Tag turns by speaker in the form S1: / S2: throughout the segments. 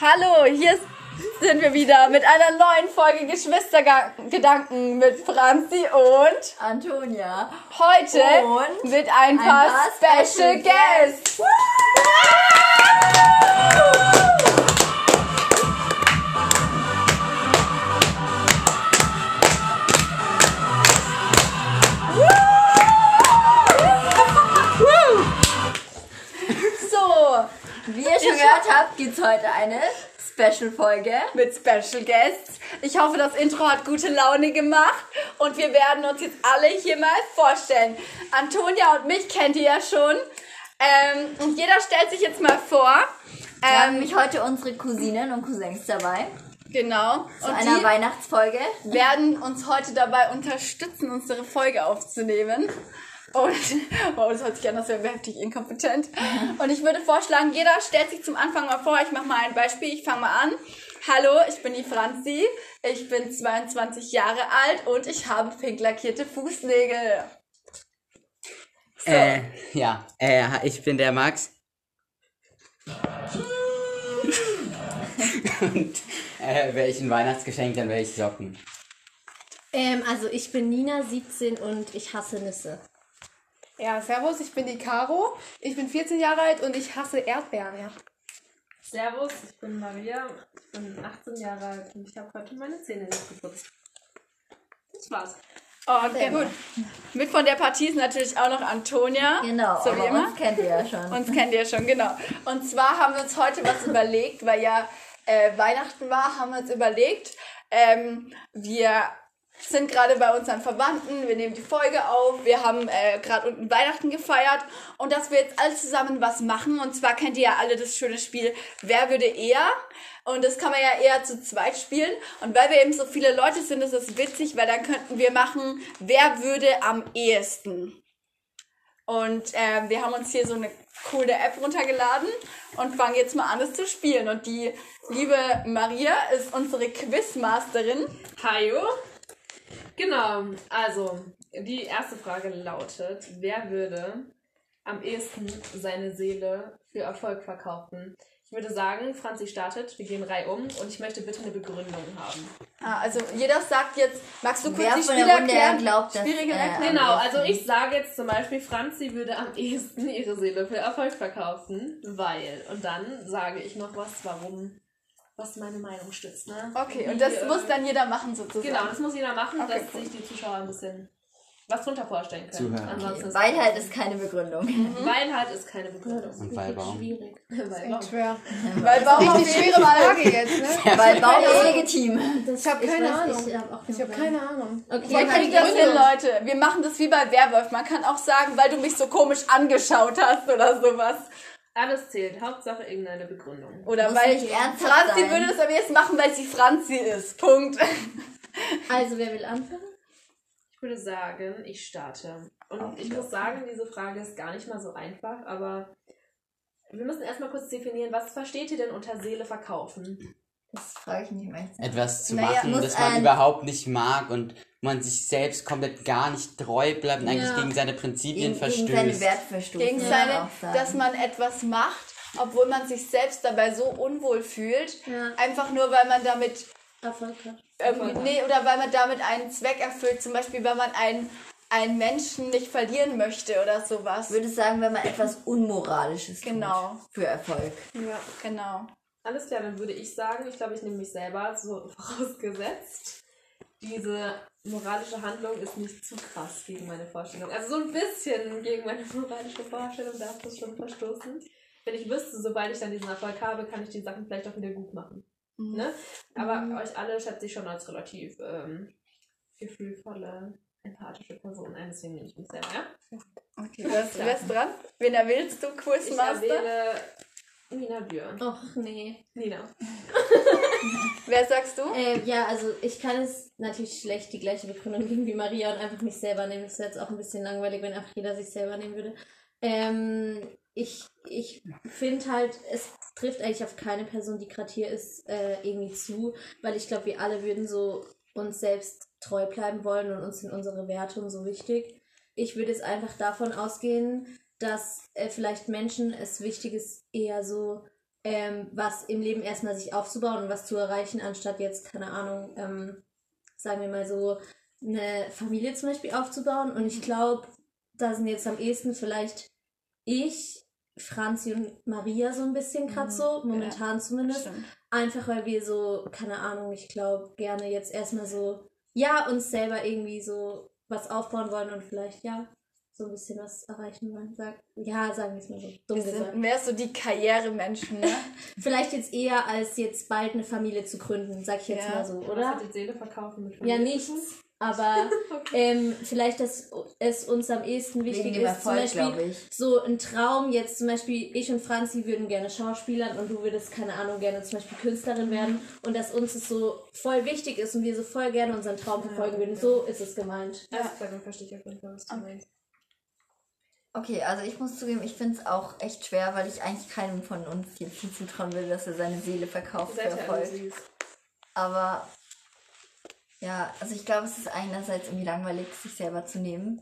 S1: Hallo, hier sind wir wieder mit einer neuen Folge Geschwistergedanken mit Franzi und
S2: Antonia.
S1: heute
S2: Und
S1: mit ein paar,
S2: ein paar
S1: Special
S2: Special
S1: Guests. So,
S2: Wie ihr schon gehört habt, gibt's heute eine Special-Folge.
S1: mit Special Guests. Ich hoffe, das Intro hat gute Laune gemacht und wir werden uns jetzt alle hier mal vorstellen. Antonia und mich kennt ihr ja schon. Ähm, und jeder stellt sich jetzt mal vor.
S2: Wir haben
S1: Ähm,
S2: nämlich heute unsere Cousinen und Cousins dabei.
S1: genau.
S2: Zu
S1: Und
S2: einer
S1: die
S2: Weihnachtsfolge.
S1: werden uns heute dabei unterstützen, unsere Folge aufzunehmen. Und, wow, das hört sich an, als wären wir heftig inkompetent. Und ich würde vorschlagen, jeder stellt sich zum Anfang mal vor. Ich mache mal ein Beispiel. Ich fange mal an. Hallo, ich bin die Franzi. Ich bin 22 Jahre alt und ich habe pink lackierte Fußnägel.
S3: Äh, ja. Äh, ich bin der Max. Und äh, welchen Weihnachtsgeschenk, dann welche Socken.
S4: Ähm, also ich bin Nina, 17 und ich hasse Nüsse.
S5: Ja, servus, ich bin die Caro. Ich bin 14 Jahre alt und ich hasse Erdbeeren. Ja.
S6: Servus, ich bin Maria, ich bin 18 Jahre alt und ich habe heute meine Zähne nicht geputzt. Das war's.
S1: Okay, gut. Mit von der Partie ist natürlich auch noch Antonia.
S2: Genau,
S1: so wie
S2: aber
S1: immer.
S2: uns kennt ihr ja schon.
S1: Uns kennt ihr schon, genau. Und zwar haben wir uns heute was überlegt, weil ja äh, Weihnachten war, haben wir uns überlegt. Ähm, wir sind gerade bei unseren Verwandten, wir nehmen die Folge auf, wir haben äh, gerade unten Weihnachten gefeiert und dass wir jetzt alle zusammen was machen. Und zwar kennt ihr ja alle das schöne Spiel Wer würde eher? Und das kann man ja eher zu zweit spielen. Und weil wir eben so viele Leute sind, ist das witzig, weil dann könnten wir machen, wer würde am ehesten. Und ähm, wir haben uns hier so eine coole App runtergeladen und fangen jetzt mal an, es zu spielen. Und die liebe Maria ist unsere Quizmasterin.
S6: Hajo. Genau, also die erste Frage lautet, wer würde am ehesten seine Seele für Erfolg verkaufen? Ich würde sagen, Franzi startet, wir gehen rei um und ich möchte bitte eine Begründung haben.
S1: Ah, also jeder sagt jetzt, magst du kurz
S2: Wer
S1: die
S2: von der
S1: Spiele
S2: Runde
S1: erklären?
S2: glaubt, dass,
S1: Spielregeln
S2: äh,
S1: erklären?
S6: Genau, also ich sage jetzt zum Beispiel, Franzi würde am ehesten ihre Seele für Erfolg verkaufen, weil. Und dann sage ich noch was, warum, was meine Meinung stützt, ne?
S1: Okay, und
S6: Wie,
S1: das
S6: äh,
S1: muss dann jeder machen sozusagen.
S6: Genau, das muss jeder machen,
S1: Okay,
S6: dass
S1: cool.
S6: sich die Zuschauer ein bisschen was drunter vorstellen können.
S3: Zuhören.
S6: Ansonsten ist-
S2: Weil halt ist keine Begründung.
S6: Weil halt ist keine Begründung.
S3: Und Weibraum.
S6: Schwierig. Weil
S5: Echt
S6: warum?
S5: schwer.
S1: Weil warum auf
S5: Richtig
S1: jeden
S5: schwere
S1: Fall...
S5: Frage jetzt, ne?
S2: Weil Baum ist legitim.
S4: Das,
S5: hab keine Ahnung.
S4: Ich habe auch
S5: Ich habe keine Ahnung.
S4: Okay,
S1: Ihr
S4: dann
S1: kriegt das hin, Leute. Wir machen das wie bei Werwolf. Man kann auch sagen, weil du mich so komisch angeschaut hast oder sowas.
S6: Alles zählt, Hauptsache irgendeine Begründung.
S1: Oder
S2: Muss
S1: weil
S2: nicht ernsthaft
S1: Franzi
S2: sein.
S1: würde das am ehesten machen, weil sie Franzi ist. Punkt.
S4: Also wer will anfangen?
S6: Ich würde sagen, ich starte. Und ich muss sagen, diese Frage ist gar nicht mal so einfach, aber wir müssen erstmal kurz definieren, was versteht ihr denn unter Seele verkaufen?
S2: Das frage ich nicht mehr.
S3: Etwas zu
S1: Naja,
S3: machen,
S2: muss
S3: das man
S2: ein-
S3: überhaupt nicht mag und man sich selbst komplett gar nicht treu bleibt und eigentlich
S4: Ja.
S3: gegen seine Prinzipien
S2: Gegen, gegen seine
S3: verstößt.
S2: Wertverstoß.
S1: gegen
S2: muss man
S1: seine,
S2: auch sagen.
S1: dass man etwas macht, obwohl man sich selbst dabei so unwohl fühlt,
S4: Ja.
S1: einfach nur weil man damit
S4: Erfolg hat.
S1: irgendwie, nee, oder weil man damit einen Zweck erfüllt, zum Beispiel, weil man einen, einen Menschen nicht verlieren möchte oder sowas.
S2: Ich würde sagen, wenn man etwas Unmoralisches tut.
S1: Genau.
S2: Für Erfolg.
S1: Ja, genau.
S6: Alles klar, dann würde ich sagen, ich glaube, ich nehme mich selber so vorausgesetzt. Diese moralische Handlung ist nicht zu krass gegen meine Vorstellung. Also so ein bisschen gegen meine moralische Vorstellung darf das schon verstoßen. Wenn ich wüsste, sobald ich dann diesen Erfolg habe, kann ich die Sachen vielleicht auch wieder gut machen.
S4: Mhm.
S6: Ne? Aber euch alle schätze ich schon als relativ ähm, gefühlvolle, empathische Person ein. Deswegen nehme ich mich selber, ja?
S1: Okay, wer ist, wer ist dran? Wen erwählst du,
S6: Ich
S1: Quizmaster?
S6: erwähle Nina Björn.
S4: Och nee.
S6: Nina.
S1: Wer sagst du?
S4: Ähm, ja, also ich kann es natürlich schlecht die gleiche Begründung geben wie Maria und einfach mich selber nehmen. Das wäre jetzt auch ein bisschen langweilig, wenn einfach jeder sich selber nehmen würde. Ähm, ich ich finde halt, es trifft eigentlich auf keine Person, die gerade hier ist, äh, irgendwie zu, weil ich glaube, wir alle würden so uns selbst treu bleiben wollen und uns sind unsere Werte und so wichtig. Ich würde jetzt einfach davon ausgehen, dass äh, vielleicht Menschen es wichtig ist, eher so ähm, was im Leben erstmal sich aufzubauen und was zu erreichen, anstatt jetzt, keine Ahnung, ähm, sagen wir mal so, eine Familie zum Beispiel aufzubauen. Und ich glaube, da sind jetzt am ehesten vielleicht ich, Franzi und Maria so ein bisschen gerade so, momentan zumindest.
S1: Mhm. Stimmt.
S4: Einfach weil wir so, keine Ahnung, ich glaube, gerne jetzt erstmal so, ja, uns selber irgendwie so was aufbauen wollen und vielleicht, ja, so ein bisschen was erreichen wollen. Sag, ja, sagen wir es mal so, dumm
S1: Wir sind
S4: gesagt.
S1: mehr so die Karrieremenschen, ne?
S4: Vielleicht jetzt eher als jetzt bald eine Familie zu gründen, sag ich jetzt
S1: Ja.
S4: mal so,
S6: Was
S4: oder?
S6: hat die Seele verkaufen mit
S4: Ja,
S6: Familie?
S4: nichts. Aber ähm, vielleicht, dass es uns am ehesten wichtig
S2: dem
S4: ist, zum
S2: Erfolg,
S4: Beispiel,
S2: glaube ich.
S4: so ein Traum jetzt zum Beispiel, ich und Franzi würden gerne Schauspielern und du würdest, keine Ahnung, gerne zum Beispiel Künstlerin werden und dass uns es so voll wichtig ist und wir so voll gerne unseren Traum verfolgen würden. So ist es gemeint.
S6: Alles klar, dann verstehe ich auf jeden Fall, was du meinst.
S2: Okay, also ich muss zugeben, ich finde es auch echt schwer, weil ich eigentlich keinem von uns jetzt nicht zutrauen will, dass er seine Seele
S6: Ihr
S2: verkauft für
S6: seid ja also alle
S2: Erfolg.
S6: süß.
S2: Aber ja, also ich glaube, es ist einerseits irgendwie langweilig, sich selber zu nehmen.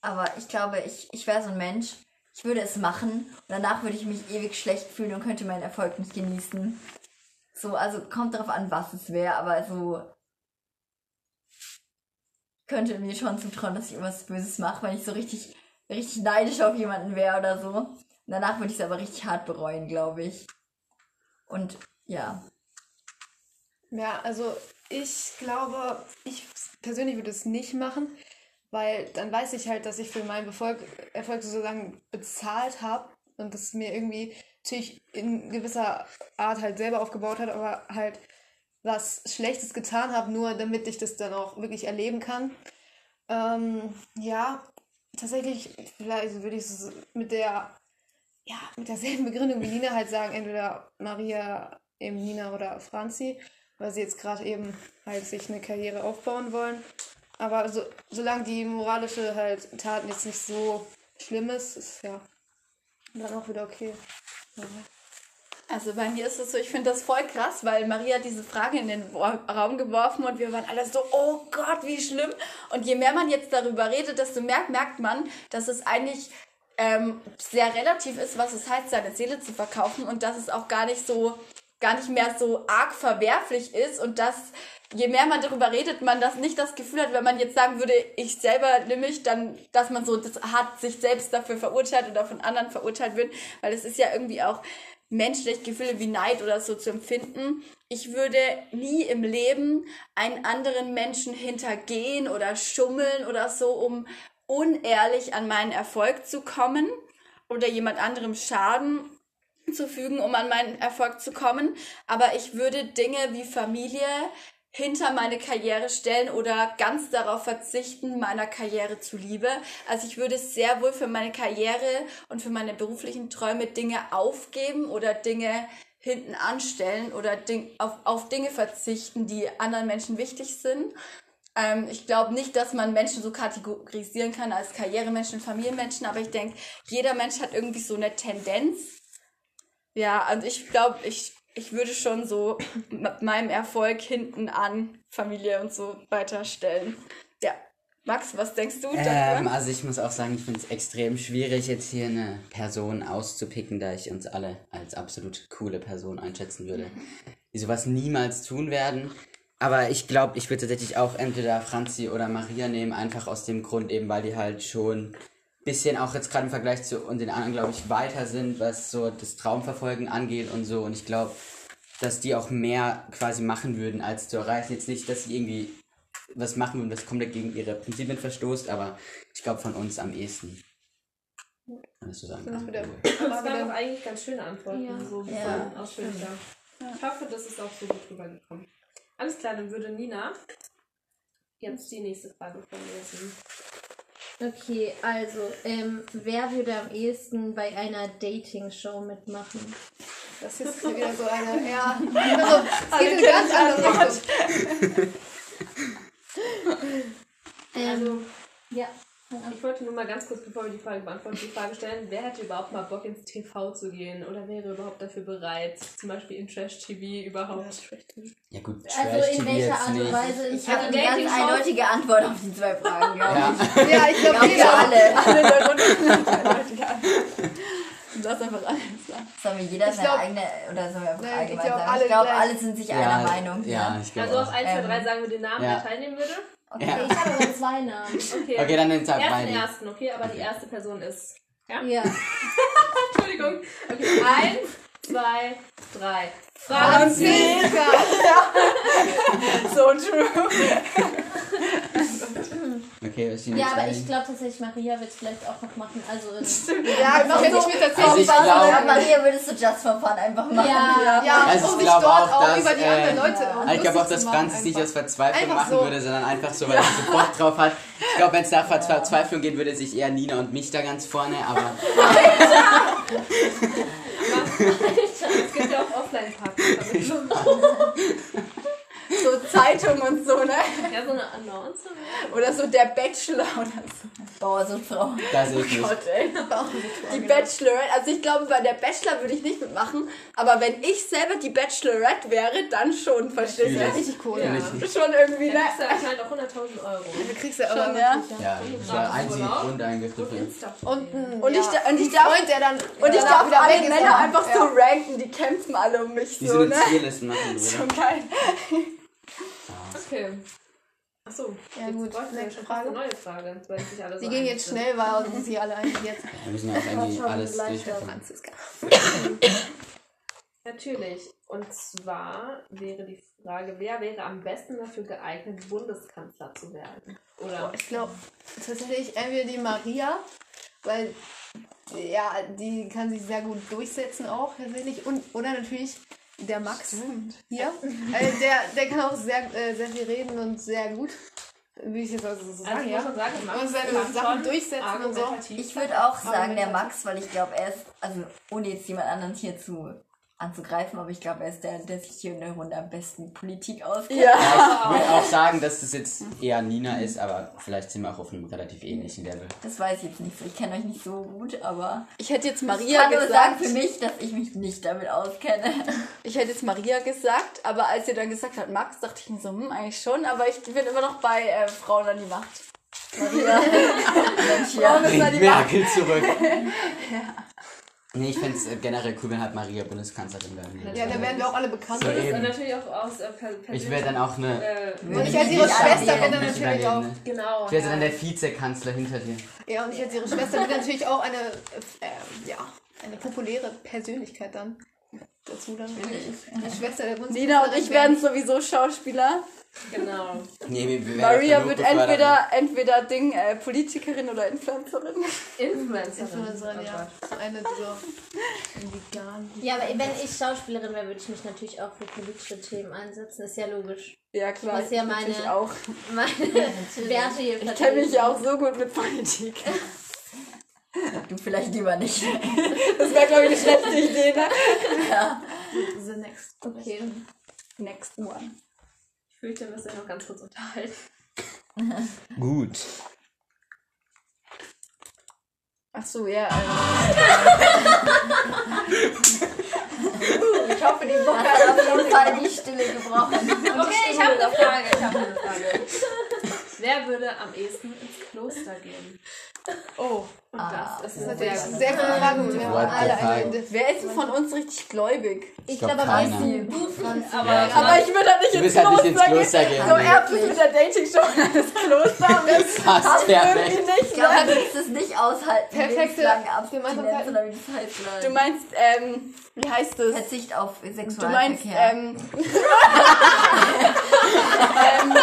S2: Aber ich glaube, ich, ich wäre so ein Mensch, ich würde es machen und danach würde ich mich ewig schlecht fühlen und könnte meinen Erfolg nicht genießen. So, also kommt darauf an, was es wäre, aber so ich könnte mir schon zutrauen, dass ich irgendwas Böses mache, wenn ich so richtig, richtig neidisch auf jemanden wäre oder so. Und danach würde ich es aber richtig hart bereuen, glaube ich. Und ja.
S5: Ja, also ich glaube, ich persönlich würde es nicht machen, weil dann weiß ich halt, dass ich für meinen Erfolg, Erfolg sozusagen bezahlt habe und das mir irgendwie natürlich in gewisser Art halt selber aufgebaut hat, aber halt was Schlechtes getan habe, nur damit ich das dann auch wirklich erleben kann. Ähm, ja, tatsächlich, vielleicht also würde ich es mit der, ja, mit derselben Begründung wie Nina halt sagen, entweder Maria, eben Nina oder Franzi, weil sie jetzt gerade eben halt sich eine Karriere aufbauen wollen. Aber so, solange die moralische halt Taten jetzt nicht so schlimm ist, ist ja dann auch wieder okay.
S1: Also bei mir ist es so, ich finde das voll krass, weil Maria hat diese Frage in den Ra- Raum geworfen und wir waren alle so, oh Gott, wie schlimm. Und je mehr man jetzt darüber redet, desto mehr merkt man, dass es eigentlich ähm, sehr relativ ist, was es heißt, seine Seele zu verkaufen und dass es auch gar nicht so, gar nicht mehr so arg verwerflich ist und dass je mehr man darüber redet, man das nicht das Gefühl hat, wenn man jetzt sagen würde, ich selber nehme ich, dann, dass man so das hart sich selbst dafür verurteilt oder von anderen verurteilt wird, weil es ist ja irgendwie auch menschlich, Gefühle wie Neid oder so zu empfinden. Ich würde nie im Leben einen anderen Menschen hintergehen oder schummeln oder so, um unehrlich an meinen Erfolg zu kommen oder jemand anderem Schaden zu fügen, um an meinen Erfolg zu kommen. Aber ich würde Dinge wie Familie hinter meine Karriere stellen oder ganz darauf verzichten, meiner Karriere zuliebe. Also ich würde sehr wohl für meine Karriere und für meine beruflichen Träume Dinge aufgeben oder Dinge hinten anstellen oder Ding, auf, auf Dinge verzichten, die anderen Menschen wichtig sind. Ähm, ich glaube nicht, dass man Menschen so kategorisieren kann als Karrieremenschen und Familienmenschen, aber ich denke, jeder Mensch hat irgendwie so eine Tendenz ja, also ich glaube, ich, ich würde schon so mit meinem Erfolg hinten an Familie und so weiterstellen. Ja. Max, was denkst du
S3: Ähm,
S1: darüber?
S3: also ich muss auch sagen, ich finde es extrem schwierig, jetzt hier eine Person auszupicken, da ich uns alle als absolut coole Person einschätzen würde, die sowas niemals tun werden. Aber ich glaube, ich würde tatsächlich auch entweder Franzi oder Maria nehmen, einfach aus dem Grund eben, weil die halt schon ein bisschen auch jetzt gerade im Vergleich zu und den anderen, glaube ich, weiter sind, was so das Traumverfolgen angeht und so. Und ich glaube, dass die auch mehr quasi machen würden, als zu erreichen. Jetzt nicht, dass sie irgendwie was machen und das komplett gegen ihre Prinzipien verstoßt, aber ich glaube von uns am ehesten. Kannst du sagen?
S5: Das wieder-
S6: Das waren doch eigentlich ganz schöne Antworten,
S4: Ja.
S6: so von
S2: Ja,
S6: ausführlicher. Ich hoffe, das ist auch so gut rübergekommen. Alles klar, dann würde Nina jetzt die nächste Frage vorlesen.
S4: Okay, also, ähm, wer würde am ehesten bei einer Dating-Show mitmachen?
S5: Das ist jetzt wieder so eine, ja, also es geht in eine ganz andere Richtung.
S4: also, ja.
S6: Ich wollte nur mal ganz kurz, bevor wir die Frage beantworten, die Frage stellen, wer hätte überhaupt mal Bock ins TV zu gehen oder wäre überhaupt dafür bereit, zum Beispiel in Trash-TV überhaupt?
S3: Ja gut,
S4: Also, in
S3: Trash-TV
S4: welcher
S3: jetzt
S4: Art und
S3: nicht.
S4: Weise?
S2: Ich habe
S4: Also,
S2: eine ganz
S4: Dating-Shows-
S2: eindeutige Antwort auf die zwei Fragen, glaube
S3: Ja.
S2: ich.
S5: Ja, ich
S2: Ich
S5: glaube,
S2: glaube,
S5: jeder.
S2: alle.
S1: Alle in der Runde. lass einfach alles sagen.
S2: Sollen wir jeder
S5: Ich
S2: seine
S5: glaub-
S2: eigene oder sollen wir einfach
S5: Nein, ich
S2: allgemein
S5: glaub,
S2: sagen?
S5: alle
S2: ich glaube,
S5: gleich.
S2: alle sind sich
S3: ja,
S2: einer Meinung.
S3: Ja,
S2: ne?
S3: ich glaube
S6: Also auf
S3: auch.
S6: 1, 2, 3
S2: Ähm,
S6: sagen wir den Namen,
S3: ja.
S6: wer teilnehmen würde.
S2: Okay.
S3: Ja.
S4: Ich habe aber zwei Namen.
S6: Okay.
S3: Okay, dann nimmt's halt
S6: Erst
S3: beide.
S6: den ersten, okay? Aber die erste Person ist.
S4: Ja.
S6: Entschuldigung. Okay, 1, 2, 3. Franzi!
S1: Franziska! so true.
S3: Okay, was ist die
S4: Ja,
S3: nächste
S4: aber
S3: Idee?
S4: ich glaube tatsächlich, Maria wird es vielleicht auch noch machen. Also in,
S1: Ja, wir machen nicht mit der
S3: Also ich
S2: Ich weiß
S1: Zauberei.
S3: glaube-
S2: nicht, Maria würdest du Just for Fun einfach machen.
S4: ja,
S1: Ja,
S3: Also
S1: um
S3: ich
S1: sich
S3: glaube
S1: dort
S3: auch,
S1: auch,
S3: dass,
S1: über die
S3: äh,
S1: anderen Leute auch
S5: ja.
S3: ich glaube auch, dass
S5: lustig
S3: Franz es
S5: zu machen
S3: nicht
S5: einfach.
S3: aus Verzweiflung
S5: Einfach
S3: machen
S5: so.
S3: würde, sondern einfach so, weil er so Bock drauf hat. Ich glaube, wenn es nach Verz- Verzweiflung gehen würde, sich eher Nina und mich da ganz vorne, aber
S6: Es gibt ja auch Offline-Partys.
S1: so Zeitung und so, ne?
S6: Ja, so eine Annonce.
S1: Oder so der Bachelor oder so.
S2: Bauer sucht Frau.
S3: da sehe
S4: Oh
S3: ich nicht.
S1: Die Bachelorette, also ich glaube, bei der Bachelor würde ich nicht mitmachen, aber wenn ich selber die Bachelorette wäre, dann schon, verstehst
S3: Natürlich.
S1: du?
S5: Richtig cool.
S6: Ja.
S5: Ja.
S1: Schon irgendwie,
S6: Dann
S1: ne?
S6: kriegst du anscheinend auch 100.000 Euro.
S5: Du kriegst ja
S1: Schon,
S5: aber
S1: ja.
S3: Ja, das war einzig und
S6: Und
S3: eingegriffen.
S6: Insta-Profil.
S1: Und, ich, da- und ich darf,
S5: Freund, der dann
S1: und ich darf
S5: wieder
S1: alle
S5: weg ist,
S1: Männer
S5: ja.
S1: einfach so ranken, die kämpfen alle um mich
S3: Die
S1: so,
S3: so eine
S1: ne?
S3: Zierliste machen
S1: Schon
S3: würde.
S1: geil.
S6: Okay. Achso,
S5: Ja, gut. Nächste
S6: eine
S5: Frage.
S6: neue Frage. weil sich alle so
S5: Die gehen
S6: einig
S5: jetzt
S6: sind.
S5: schnell, weil uns sind sie alle eigentlich jetzt.
S3: Wir müssen ja auch irgendwie
S4: schauen,
S3: alles
S4: gleich
S3: durchbekommen.
S5: Franziska.
S6: Natürlich. Und zwar wäre die Frage, wer wäre am besten dafür geeignet, Bundeskanzler zu werden? Oder?
S5: Ich glaube tatsächlich entweder die Maria, weil ja, die kann sich sehr gut durchsetzen auch tatsächlich. Und, oder natürlich der Max hier. Äh, der, der kann auch sehr, äh, sehr viel reden und sehr gut. Wie ich jetzt also so sagen,
S6: Also ich muss
S5: ja.
S6: schon sagen, Max
S5: Und seine
S6: kann
S5: Sachen
S6: schon
S5: durchsetzen und so.
S6: argumentativ
S2: Ich würde auch sagen, der Max, weil ich glaube, er ist, also ohne jetzt jemand anderen hier zu anzugreifen, aber ich glaube, er ist der, der sich hier in der Runde am besten Politik auskennt.
S1: Ja.
S3: Ja, Ich würde auch sagen, dass das jetzt eher Nina ist, aber vielleicht sind wir auch auf einem relativ ähnlichen Level.
S2: Das weiß ich jetzt nicht so. Ich kenne euch nicht so gut, aber
S1: Ich hätte jetzt
S2: ich
S1: Maria
S2: kann nur sagen
S1: gesagt.
S2: für mich, dass ich mich nicht damit auskenne.
S1: Ich hätte jetzt Maria gesagt, aber als ihr dann gesagt habt, Max, dachte ich mir so, hm, eigentlich schon, aber ich bin immer noch bei äh, Frauen an die Macht. Maria.
S2: Mensch, ja.
S1: Frauen an
S3: Bringt
S1: die Macht.
S3: Merkel zurück. Nee, ich fände es generell cool, wenn halt Maria Bundeskanzlerin werden würde.
S5: Ja, da werden wir auch alle bekannt.
S3: So,
S6: Das ist
S3: eben.
S6: natürlich auch aus äh, per,
S3: Ich wäre dann auch eine...
S6: äh,
S5: Und ich hätte ihre
S2: Ja,
S5: Schwester
S2: ja,
S5: wäre dann natürlich auch.
S6: Genau.
S3: Ich wäre
S6: ja.
S3: dann der Vizekanzler hinter dir.
S5: Ja, und ich hätte ihre Schwester wäre natürlich auch eine, äh, ja, eine populäre Persönlichkeit dann. Dazu dann. Die Schwester der Bundeskanzlerin.
S1: Nina und ich werden sowieso Schauspieler.
S6: Genau.
S3: Nee, wir, wir
S1: Maria wird entweder, entweder Ding, äh, Politikerin oder Influencerin.
S6: Influencerin. Oh
S5: Influencerin, ja. Eine dieser veganen.
S4: ja, aber wenn ich Schauspielerin wäre, würde ich mich natürlich auch für politische Themen einsetzen. Ist ja logisch.
S1: Ja, klar.
S4: Das ist ja meine-
S1: natürlich auch.
S4: Meine Werte hier
S1: Ich kenne mich ja auch so gut mit Politik.
S2: Du vielleicht lieber nicht.
S1: Das wäre, glaube ich, eine schlechte Idee, ne?
S5: The next.
S4: Okay.
S1: Next one.
S6: Ich fühlte, wir müssen ja noch ganz kurz unterhalten.
S3: Gut.
S1: Ach so, ja. äh. ich hoffe, die Woche
S2: Hast auf jeden Fall die Stille gebrochen.
S6: Okay, ich habe eine Frage. Ich habe eine Frage. Wer würde am ehesten ins Kloster gehen?
S5: Oh,
S6: Und
S2: Ah,
S6: das, das ist
S5: das ist
S6: natürlich
S5: natürlich sehr gute Frage. Wir haben
S3: What the
S5: alle eine.
S3: fuck?
S1: Wer ist denn von uns richtig gläubig?
S4: Ich
S3: glaub,
S4: glaube, aber
S3: keiner.
S4: weißt du,
S6: Aber,
S3: Ja,
S6: aber
S1: Aber ich würde halt nicht
S3: Du
S1: ins
S3: bist halt
S1: Kloster
S3: nicht ins Kloster gehen.
S1: So,
S3: Nee.
S1: er ist mit der Dating-Show und ins Kloster und das
S3: Passt
S1: irgendwie
S3: perfekt.
S2: Ich
S1: nicht.
S2: glaube,
S1: Ne?
S2: du würdest es nicht aushalten.
S5: Perfekte
S2: lebenslange Abstinenz
S5: Gemeinsamkeiten.
S2: oder wie das heißt. nein.
S1: Du meinst, ähm, wie heißt es?
S2: Verzicht auf
S1: Du meinst,
S2: Sexualverkehr.
S1: ähm, ähm,